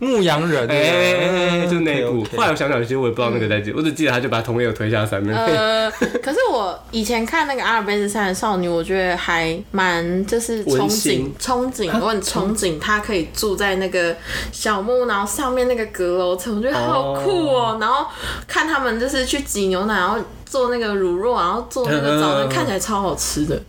S3: 牧羊人，
S2: 嗯
S1: 哎哎哎哎，就那一部。
S3: OK，OK
S1: 后来我想想，其实我也不知道那个在
S2: 嗯
S1: 讲，我只记得他就把童友推下山那个。
S2: 呃，可是我以前看那个《阿尔卑斯山的少女》，我觉得还蛮就是憧
S1: 温
S2: 憬
S1: 馨啊
S2: 憧憬，我很憧憬她可以住在那个小木，然后上面那个阁楼层，我觉得好酷哦、然后看他们就是去挤牛奶，然后做那个乳酪，然后做那个早
S1: 嗯
S2: 餐，看起来超好吃
S1: (laughs)
S2: 的，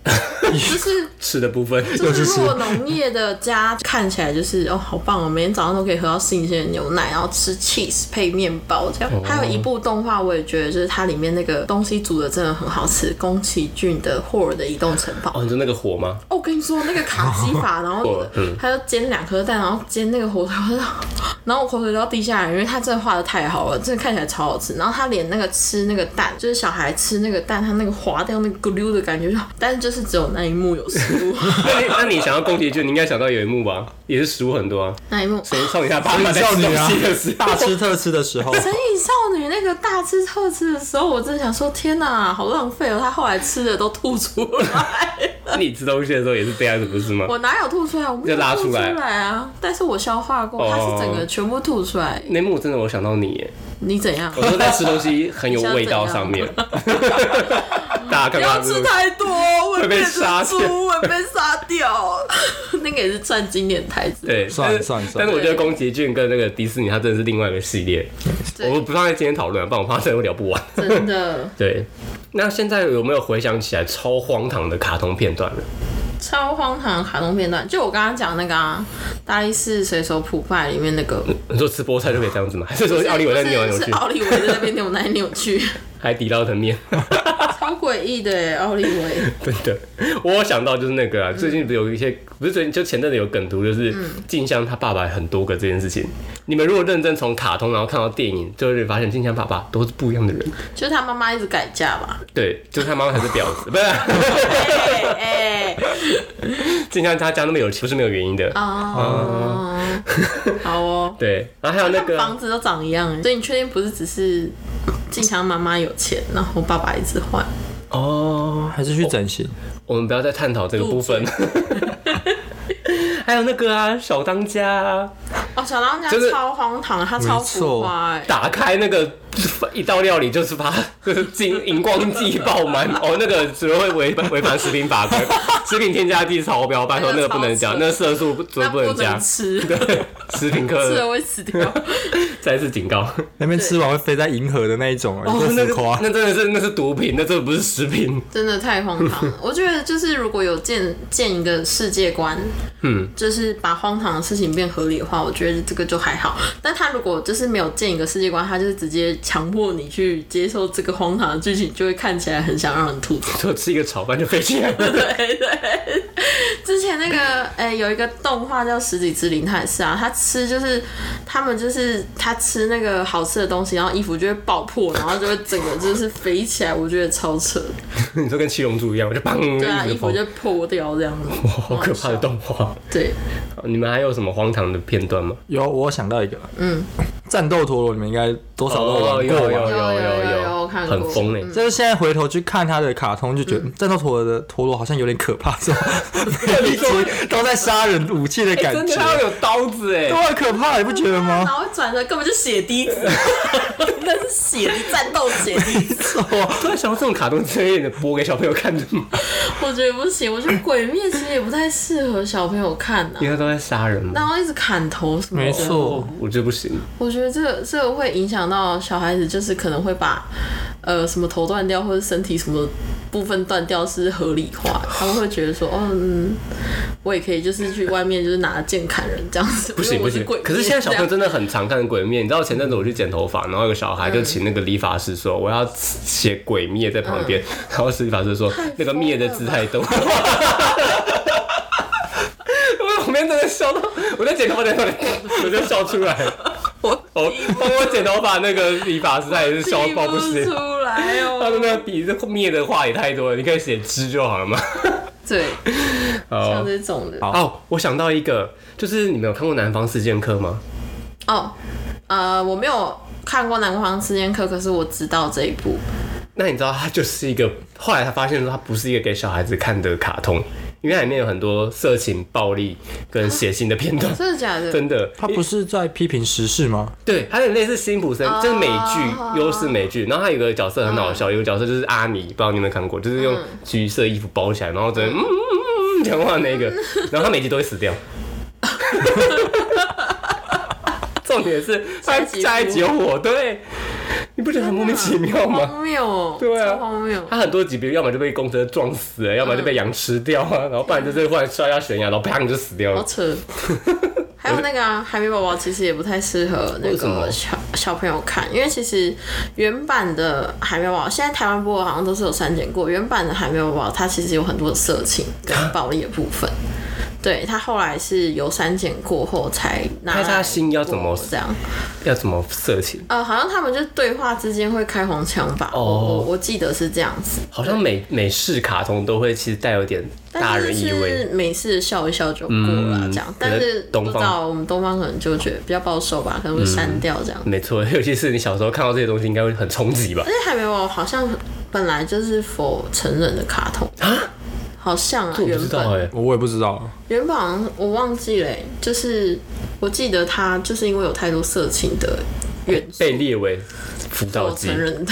S2: 就是。
S1: 吃的部 (laughs)
S2: (laughs)
S1: 分，
S2: 就
S3: 又是
S2: 是
S3: 吃
S2: 如果农业的家看起来就是哦，好棒哦，每天早上都可以喝到新鲜的牛奶，然后吃 cheese 配面包这样。还有一部动画，我也觉得就是它里面那个东西煮的真的很好吃，宫崎骏的《霍尔的移动城堡》。
S1: 哦，你说那个火吗？
S2: 哦，我跟你说那个卡基法，然后
S1: 嗯
S2: 他就煎两颗蛋，然后煎那个火腿，然后我口水都要滴下来，因为他真的画的太好了，真的看起来超好吃。然后他连那个吃那个蛋，就是小孩吃那个蛋，他那个滑掉那个咕溜的感觉，但是就是只有那一幕有食物，
S1: 那你那你想到宫崎骏，你应该想到有一幕吧，也是食物很多啊，
S2: 那一幕
S1: 谁少女下爸爸在
S3: 少
S1: 吃
S3: 女
S1: 东
S3: 啊
S1: 西的时候， (laughs)
S3: 大吃特吃的时候，
S2: 《神隐少女》那个大吃特吃的时候，我真的想说，天哪、好浪费哦！他后来吃的都吐出来， (laughs)
S1: 你吃东西的时候也是这样子，不是吗？
S2: 我哪有吐出来？我没有
S1: 就拉
S2: 吐
S1: 出来
S2: 啊！但是我消化过，
S1: 哦
S2: 它是整个全部吐出来。
S1: 那幕真的我想到你耶，
S2: 你怎样？
S1: 我说在吃东西很有味道上面，
S2: (laughs)
S1: 大家
S2: 不
S1: 看
S2: 要
S1: 到
S2: 吃太多，我
S1: 会被
S2: 变成
S1: 杀
S2: 猪，
S1: 掉
S2: 我会被杀掉。 (laughs) 那个也是算经典台词。
S1: 对，
S3: 算了
S1: 但是
S3: 算了算了
S1: 但是我觉得宫崎骏跟那个迪士尼，它真的是另外一个系列，
S2: 对
S1: 我不放在今天讨论，啊不然我怕真的聊不完。
S2: 真的
S1: (laughs) 对，那现在有没有回想起来超荒唐的卡通片段呢？
S2: 超荒唐的卡通片段，就我刚刚讲那个啊，《大力士水手普拜》里面那个。
S1: 你说吃菠菜就可以这样子吗？还是说奥利维在扭来扭
S2: 是
S1: 去，
S2: 奥利维在那边扭来扭去，
S1: 海底捞的面？
S2: (laughs) 超诡异的耶奥利维。
S1: (laughs) 真的，我有想到就是那个啊，最近不是有一些，不是最近就前阵子有梗图，就是静香他爸爸很多个这件事情。你们如果认真从卡通然后看到电影，就会发现静香爸爸都是不一样的人。
S2: 就是他妈妈一直改嫁吧？
S1: 对，就是他妈妈才是婊 (laughs) 子，不是
S2: 哎哎 (laughs)
S1: 静香他家那么有钱不是没有原因的。
S2: 哦，好哦。
S1: 对，然后还有那个
S2: 房子都长一样耶，所以你确定不是只是静香妈妈有钱，然后爸爸一直换？
S1: 哦，
S3: 还是去整形。
S1: 我们不要再探讨这个部分
S2: 入。
S1: (laughs) 还有那个啊，小当家啊，
S2: 哦，小当家
S1: 就是
S2: 超荒唐，他超浮夸哎。
S1: 打开那个一道料理就是发就是金荧光剂爆满哦，那个只会违违反食品法规，食品添加剂超标，拜托
S2: 那
S1: 那
S2: 个
S1: 个不能
S2: 超
S1: 加，
S2: 扯
S1: 那个色素不绝
S2: 那
S1: 不能加。
S2: 吃，
S1: 对，食品
S2: (laughs) 吃了
S1: 科
S2: 会死掉。
S1: 再次警告。
S3: 那边吃完会飞在银河的那一种，有
S1: 哦，那
S3: 多浮
S1: 个
S3: 夸。
S1: 那真的是那是毒品，那真的不是食品。
S2: 真的太荒唐了。我觉得就是如果有建建一个世界观，
S1: 嗯，
S2: 就是把荒唐的事情变合理的话，我觉得这个就还好。但他如果就是没有建一个世界观，他就是直接强迫你去接受这个荒唐的剧情，就会看起来很想让人吐
S1: (laughs)
S2: 槽。
S1: 就吃一个炒饭就飞起来了。
S2: 对对，之前那个哎、有一个动画叫《十几之灵》，它也是啊，他吃就是他们就是他吃那个好吃的东西，然后衣服就会爆破，然后就会整个就是飞起来，我觉得超扯的。
S1: 你说跟七龙珠一样，我就砰，
S2: 对啊，
S1: 一直
S2: 衣服
S1: 砰
S2: 就破掉这样子。
S1: 哇， (laughs) 好可怕的动画。
S2: 对，
S1: 你们还有什么荒唐的片段吗？
S3: 有，我想到一个，嗯，战斗陀螺，你们应该多少都玩
S1: 有有
S3: 过吧？
S1: 有
S2: 有有
S1: 有
S2: 有看过
S1: 很疯哎、
S3: 就是现在回头去看他的卡通，就觉得嗯战斗陀螺的陀螺好像有点可怕，
S1: (laughs)
S3: 是吧？每 (laughs) 一集都在杀人武器的感
S1: 哎真
S3: 觉
S1: 的，要有刀子哎、
S3: 都很可怕，你不觉得
S1: (laughs)
S2: 然
S3: 吗？ (laughs)
S2: 后转的根本就血滴子，那是血滴战斗血滴子，
S1: (laughs) 我突然想到啊这种卡通之类的播给小朋友看的吗？
S2: 我觉得不行。我觉得鬼灭其实也不太适合小朋友看呐、
S1: 因为都在杀人嘛。
S2: 然后一直砍头什么的，
S3: 没错
S1: 哦，，我觉得不行。
S2: 我觉得这个这个会影响到小孩子，就是可能会把呃什么头断掉或者身体什么部分断掉是合理化，他们会觉得说，哦，嗯，我也可以就是去外面就是拿剑砍人这样子，
S1: 不行
S2: 因为
S1: 不
S2: 我是
S1: 行
S2: 鬼，灭
S1: 可是现在小朋友
S2: 这样
S1: 真的很常看鬼灭，你知道前阵子我去剪头发，然后有个小孩就请那个理发师说我要写鬼灭在旁
S2: 嗯
S1: 边， (laughs) 然后是理发师说那个灭的字太多。 (laughs) 我在旁边真的笑到，我在剪头发的时候，我就笑出来。
S2: 我
S1: 我帮我剪头发那个理发师，他也是 (laughs) 笑
S2: 听
S1: 爆不
S2: 不
S1: 行。
S2: 出来
S1: 他
S2: 哦，
S1: 的那个鼻子灭的话也太多了，你可以写之就好了嘛。
S2: 对，像
S1: 哦
S2: 这种的。
S1: 哦，我想到一个，就是你们有看过《南方四剑客》吗？
S2: 哦，呃，我没有看过《南方四剑客》，可是我知道这一部。
S1: 那你知道它就是一个，后来他发现说它不是一个给小孩子看的卡通，因为它里面有很多色情、暴力跟血腥的片段，
S2: 哦真的假的？
S1: 真的。
S3: 他不是在批评时事吗？
S1: 对，它有点类似辛普森，就是美剧优势美剧。然后它有个角色很好笑，有个角色就是阿尼，不知道你有没有看过，就是用橘色衣服包起来，然后在嗯嗯嗯嗯讲话那个，然后他每集都会死掉。重点是
S2: 下
S1: 他
S2: 一集
S1: 下一集有我，对，你不觉得很莫名其妙吗？
S2: 荒谬哦，
S1: 对啊
S2: 超荒谬。
S1: 他很多集，比如要么就被公车撞死啊了，要么就被羊吃掉啊，然后不然就是忽然摔下悬崖，然后啪你就死掉
S2: 好
S1: 了。 (laughs)
S2: 扯。还有那个啊，海绵宝宝其实也不太适合那
S1: 为什么
S2: 个小小朋友看，因为其实原版的海绵宝宝，现在台湾播的好像都是有删减过。原版的海绵宝宝，它其实有很多色情跟暴力的部分，对，它后来是有删减过后才拿来
S1: 那
S2: 播。
S1: 它心要怎么
S2: 这样？
S1: 要怎么色情？
S2: 呃，好像他们就对话之间会开黄腔
S1: 哦
S2: 吧，我我我记得是这样子。
S1: 好像美美式卡通都会其实带有点大人意
S2: 但是
S1: 味。
S2: 是美式笑一笑就过了啊
S1: 嗯
S2: 这样，
S1: 可能
S2: 但是
S1: 东
S2: 不
S1: 方嗯
S2: 知道我们东方可能就觉得比较保守吧，可能会删掉这样。
S1: 没错， (laughs) 尤其是你小时候看到这些东西，应该会很冲击
S2: (laughs)
S1: 吧
S2: 而？且海绵宝宝好像本来就是否成人的卡通好像啊，
S1: 啊我不
S2: 原
S1: 知道哎、
S2: 本
S3: 我也不知 (laughs) 道，
S2: 原本好像我忘记了欸、就是我记得它就是因为有太多色情的元素，
S1: 被列为辅导
S2: 否
S1: 机
S2: 成，人的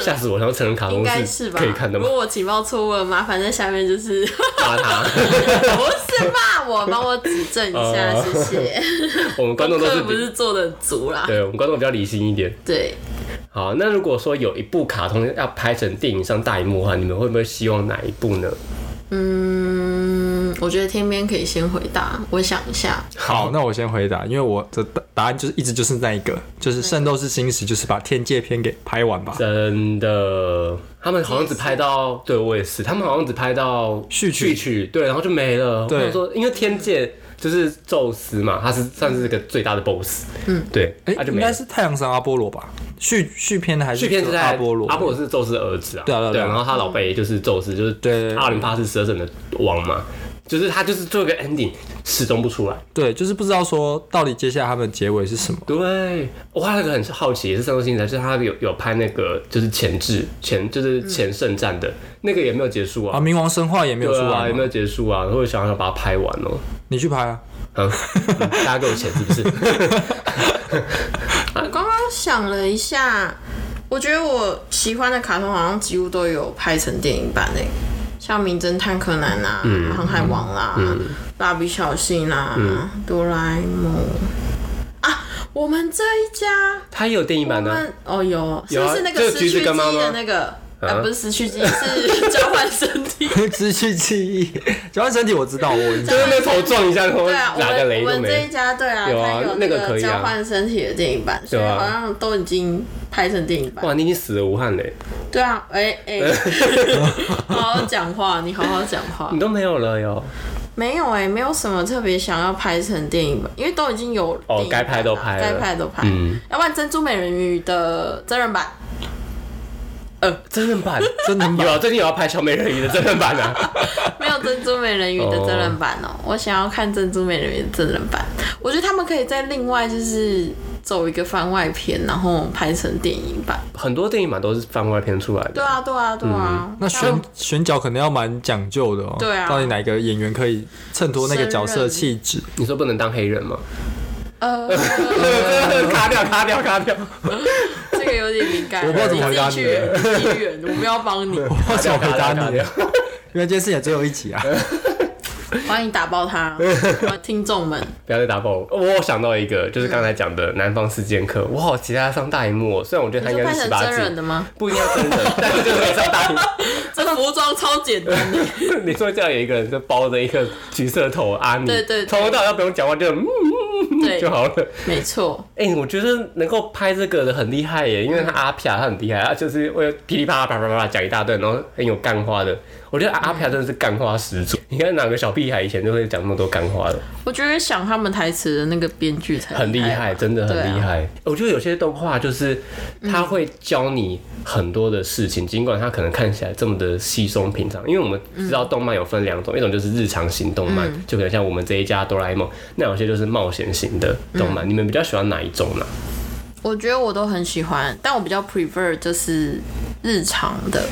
S1: 吓死我！然后成人卡
S2: 应
S1: 通
S2: 该
S1: 是
S2: 吧？
S1: 可以看的吗
S2: (laughs) 如？果我情报错误了，麻烦在下面就是不
S1: 打他，
S2: (laughs) 是骂我，帮我指正一下，
S1: (laughs) 哦
S2: 谢谢。
S1: (laughs) 我 (laughs) 们观众都是
S2: 功课不
S1: 比
S2: 是做的足啦？
S1: 对我们观众比较理性一点。
S2: 对，
S1: 好，那如果说有一部卡通要拍成电影上大荧幕的话，你们会不会希望哪一部呢？
S2: 嗯，我觉得天边可以先回答，我想一下。
S3: 好，那我先回答，因为我的答答案就是一直就是那一个，就是《圣斗士星矢》，就是把天界篇给拍完吧。
S1: 真的，他们好像只拍到，对我也是，他们好像只拍到
S3: 序曲
S1: 对，然后就没了。
S3: 对
S1: 我想说因为天界就是宙斯嘛，他是算是个最大的 BOSS，嗯，对，
S3: 哎、
S1: 他就
S3: 应
S1: 没
S3: 该
S1: 了。
S3: 是太阳神阿波罗吧？续续篇的还是
S1: 续篇是在
S3: 阿波罗？
S1: 阿波罗是宙斯的儿子啊，
S3: 对啊对啊对啊
S1: 然后他老辈就是宙斯，就是
S3: 对对对
S1: 阿林帕斯十二神的王嘛，就是他就是做一个 ending，始终不出来。
S3: 对，就是不知道说到底接下来他们结尾是什么。
S1: 对，我还有一个很好奇，也是上周星期才，就是他有有拍那个就是前置前就是前圣战的、那个也没有结束
S3: 啊，
S1: 啊，
S3: 冥王神话也没有
S1: 对
S3: 出
S1: 啊，
S3: 来
S1: 也
S3: 吗、
S1: 没有结束啊，我想想把它拍完哦、
S3: 你去拍啊！
S1: 嗯，嗯 (laughs) 大家给我钱是不是？
S3: (laughs)
S2: 我刚刚想了一下，我觉得我喜欢的卡通好像几乎都有拍成电影版诶，像《名侦探柯南》啊，
S1: 嗯
S2: 航海王》啦，蜡笔小新》啦，哆啦 A 梦》啊，我们这一家，
S1: 他也有电影
S2: 我
S1: 版的啊、
S2: 们哦有，是
S1: 有啊
S2: 不是那个
S1: 就
S2: 失
S1: 橘子
S2: 去记忆
S1: 跟妈妈
S2: 的那个？
S1: 啊
S2: 呃，不是失去记忆，是交换身
S1: (laughs)
S2: 体。
S3: (laughs) 失去记忆，交换身体我知道，我印
S1: 就
S3: 象
S2: 啊
S1: 是那头撞一下，然后
S2: 对啊，我
S1: 哪个
S2: 们
S1: 雷
S2: 我
S1: 都
S2: 们这
S1: 没
S2: 一。家对啊，
S1: 有啊
S2: 它有
S1: 那
S2: 那
S1: 个可
S2: 个
S1: 以啊
S2: 交换身体的电影版，所以
S1: 对啊
S2: 好像都已经拍成电影版。
S1: 哇，你已经死了无憾嘞，
S2: 对啊，哎、哎，
S1: (laughs)
S2: 好好讲话，你好好讲话
S1: 你。都没有了哟。
S2: 没有哎、没有什么特别想要拍成电影版，因为都已经有电影版了
S1: 哦该拍都拍了
S2: 该拍都拍。
S1: 嗯
S2: 要不然《珍珠美人鱼》的真人版，
S1: 真人
S2: (laughs)
S1: 版
S3: 真的
S1: 有啊，最近有要拍《小美人鱼》的真人版啊。
S2: 没有《珍珠美人鱼》的真人版哦、我想要看《珍珠美人鱼》的真人版。我觉得他们可以在另外就是走一个番外篇，然后拍成电影版。
S1: 很多电影版都是番外篇出来
S2: 对
S1: 的，
S2: 啊，对啊，对啊。
S3: 嗯那
S2: 像
S3: 选选角可能要蛮讲究的哦。
S2: 对啊
S3: 到底哪个演员可以衬托那个角色气
S1: (laughs)
S3: 质？
S1: 你说不能当黑人吗？
S2: 呃，
S1: 卡掉，卡掉，卡掉。
S2: 这个有点敏感，
S3: 我不知道怎么回答
S2: 你自
S3: 你
S2: 己去你自己远，我不要帮你。
S3: 我怎么回答
S1: 卡
S3: 你
S1: 掉
S3: 啊？因为这件事情只有一集啊。
S2: 欢迎打爆他，听众们。
S1: 不要再打爆我！我想到一个，就是刚才讲的《南方四剑客》，我好期待他上大荧幕、哦。虽然我觉得他
S2: 你
S1: 应
S2: 就
S1: 该
S2: 拍
S1: 是十
S2: 成
S1: 八
S2: 真人
S1: 禁，
S2: 的吗？
S1: 不应该真
S2: (laughs)
S1: 人，但是就是可以上大荧幕。
S2: 这服装超简单的，
S1: 你说这样有一个人就包着一个橘色头阿米，
S2: 对对对
S1: 从头到尾都不用讲话，就嗯
S2: 对
S1: 就，好了。
S2: 没错，
S1: 哎、我觉得能够拍这个的很厉害耶，因为他阿皮亚他很厉害，他就是会噼里啪啦啪啪啪啪讲一大段，然后很有干话的。我觉得
S2: 嗯
S1: 阿皮亚真的是干话始祖。你看哪个小屁孩以前就会讲那么多干话的？
S2: 我觉得想他们台词的那个编剧才
S1: 很厉
S2: 害
S1: 害，
S2: 吧，
S1: 真的很
S2: 对啊
S1: 厉害。我觉得有些动画就是它会教你很多的事情，尽管它可能看起来这么的稀松平常，因为我们知道动漫有分两种，一种就是日常型动漫，
S2: 嗯
S1: 就可能像我们这一家哆啦 A 梦，那有些就是冒险型的动
S2: 嗯
S1: 漫。你们比较喜欢哪一种呢？
S2: 我觉得我都很喜欢，但我比较 prefer 就是日常的。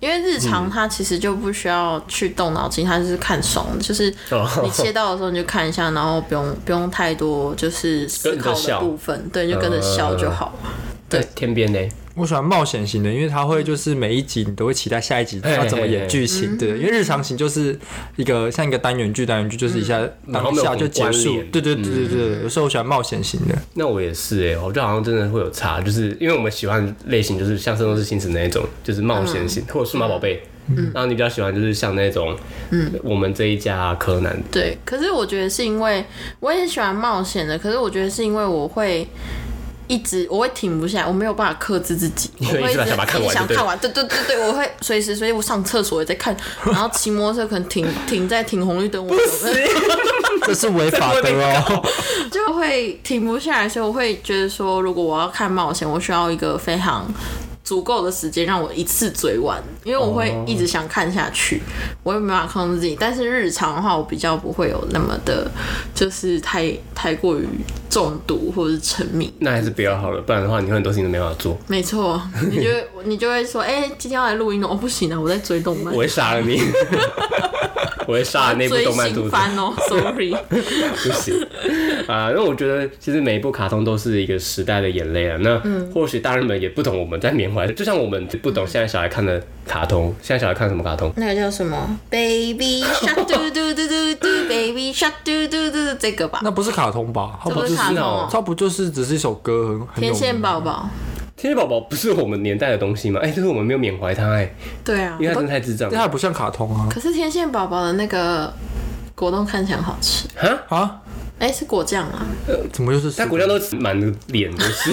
S2: 因为日常它其实就不需要去动脑筋，它就是看爽，就是
S1: 哦
S2: 你切到的时候你就看一下，然后不用不用太多就是思
S1: 跟着
S2: 考的
S1: 笑嗯
S2: 部分，对，你就跟着笑就好了。
S1: 在天边呢，
S3: 我喜欢冒险型的，因为它会就是每一集你都会期待下一集
S1: 嘿
S3: 要怎么
S1: 嘿
S3: 演
S1: 嘿
S3: 剧情，对，因为日常型就是一个像一个单元剧，单元剧就是一下
S1: 嗯然后
S3: 当
S1: 没有
S3: 下就结
S1: 关
S3: 束
S1: 联，
S3: 对对对对对，
S1: 嗯
S3: 对有时候我喜欢冒险型的，
S1: 那我也是哎、我觉得好像真的会有差，就是因为我们喜欢类型就是像《圣斗士星矢》那一种，就是冒险型，或者《数码宝贝》。嗯，然后你比较喜欢就是像那种，嗯，我们这一家柯南，
S2: (laughs) 对，可是我觉得是因为我也喜欢冒险的，可是我觉得是因为我会一直我会停不下来，我没有办法克制自
S1: (laughs)
S2: 己，我
S1: 会
S2: 会
S1: 一直想把它看完
S2: 想
S1: 就对
S2: 看完，对对对对，我会随时随地我上厕所也在看，然后骑摩托车可能停停在停红绿灯，我
S3: 这是违法的哦。
S2: (laughs) 就会停不下来，所以我会觉得说，如果我要看冒险，我需要一个非常。足够的时间让我一次追完，因为我会一直想看下去，我也没办法控制自己。但是日常的话，我比较不会有那么的，就是太太过于中毒或者是沉迷。
S1: (laughs) 那还是不要好了，不然的话你会很多事情都没办法做。
S2: 没 (laughs) 错，你就会你就会说，哎、今天要来录音哦，哦不行啊，我在追动漫
S1: 我，会杀了你， (laughs) 我会杀了那部
S2: 追
S1: 动漫肚
S2: 新
S1: 子。
S2: 番哦，sorry。
S1: 不行啊、那我觉得其实每一部卡通都是一个时代的眼泪啊。那或许大人们也不懂我们在缅怀，就像我们不懂现在小孩看的卡通，现在小孩看什么卡通？
S2: (laughs) 那个叫什么？Baby Shark 嘟嘟嘟嘟嘟，Baby Shark 嘟嘟嘟，这个吧
S3: 那。不是卡通吧？它
S2: 这不
S3: 就是
S2: 卡通
S1: 哦
S2: 哦，
S3: 它不就是只是一首歌，很很有
S2: 天
S3: 名
S2: 线宝宝。
S1: 天线宝宝不是我们年代的东西吗？哎、但是我们没有缅怀它、哎，
S2: 对啊
S1: 因，为它真的太智障
S3: 但它也
S1: 了。
S3: 不像卡通啊
S2: 可是天线宝宝的那个果冻看起来很好吃，
S1: 哈，
S3: 啊！
S2: 哎、是果酱啊，
S3: 怎么又是
S1: 它
S3: 食
S1: 骨架都满脸都是。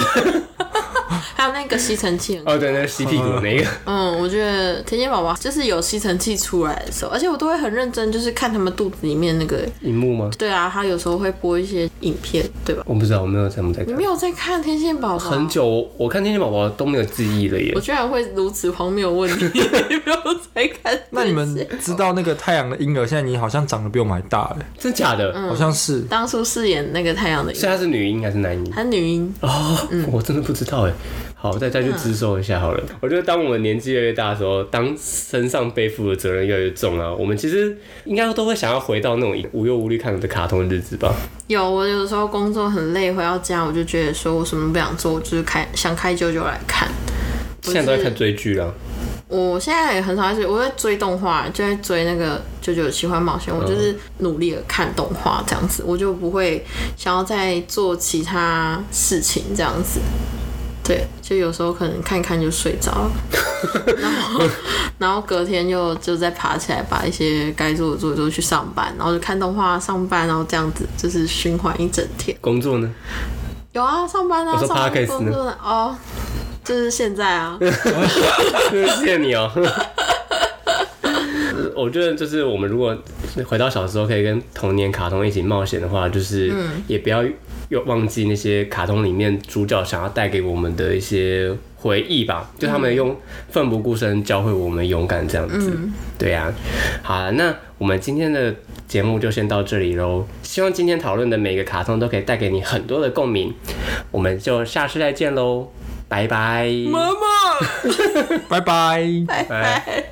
S2: 还有那个吸尘器很
S1: 哦，对，那个吸屁股那个，
S2: 嗯，我觉得天线宝宝就是有吸尘器出来的时候，而且我都会很认真，就是看他们肚子里面那个。
S1: 荧幕吗？
S2: 对啊，他有时候会播一些影片，对吧？
S1: 我不知道，我没有怎么在
S2: 你
S1: 看
S2: 没。有在看天线宝宝啊
S1: 很，久，我我看天线宝宝都没有记忆了耶
S2: 我。居然会如此荒谬的问题， (laughs) 你没有在看？
S3: 那你们知道那个太阳的婴儿，现在你好像长得比我们还大了，
S1: 真假的？
S3: 好像是。
S2: 当初饰演那个太阳的
S1: 所以它是女音还是男音？
S2: 他女音，
S1: 哦，我真的不知道哎。好，再再去自收一下好了。我觉得当我们年纪越来越大的时候，当身上背负的责任越来越重啊，我们其实应该都会想要回到那种无忧无虑看着卡通的日子吧。
S2: 有，我有时候工作很累，回到家我就觉得说我什么都不想做，我就是开想开九九来看。
S1: 现在都在
S2: 不是
S1: 看追剧啦，
S2: 我现在也很少在追，我在追动画，就在追那个《九九奇幻冒险》，我就是
S1: 嗯
S2: 努力的看动画这样子，我就不会想要再做其他事情这样子。对，就有时候可能看一看就睡着
S1: (laughs)
S2: 了，然后然后隔天就就再爬起来，把一些该做的做一做，去上班，然后就看动画上班，然后这样子就是循环一整天。
S1: 工作呢？
S2: 有啊，上班啊，
S1: 我说
S2: 上班
S1: podcast
S2: 工作的哦，就是现
S1: (laughs)
S2: 在啊，
S1: 谢谢你哦。 (laughs) 我觉得就是我们如果回到小时候，可以跟童年卡通一起冒险的话，就是也不要又忘记那些卡通里面主角想要带给我们的一些回忆吧，就他们用奋不顾身教会我们勇敢这样子。对呀、好了，那我们今天的节目就先到这里喽。希望今天讨论的每个卡通都可以带给你很多的共鸣。我们就下次再见喽，拜拜。
S3: 拜
S2: (laughs) 拜
S3: 拜。
S2: 拜。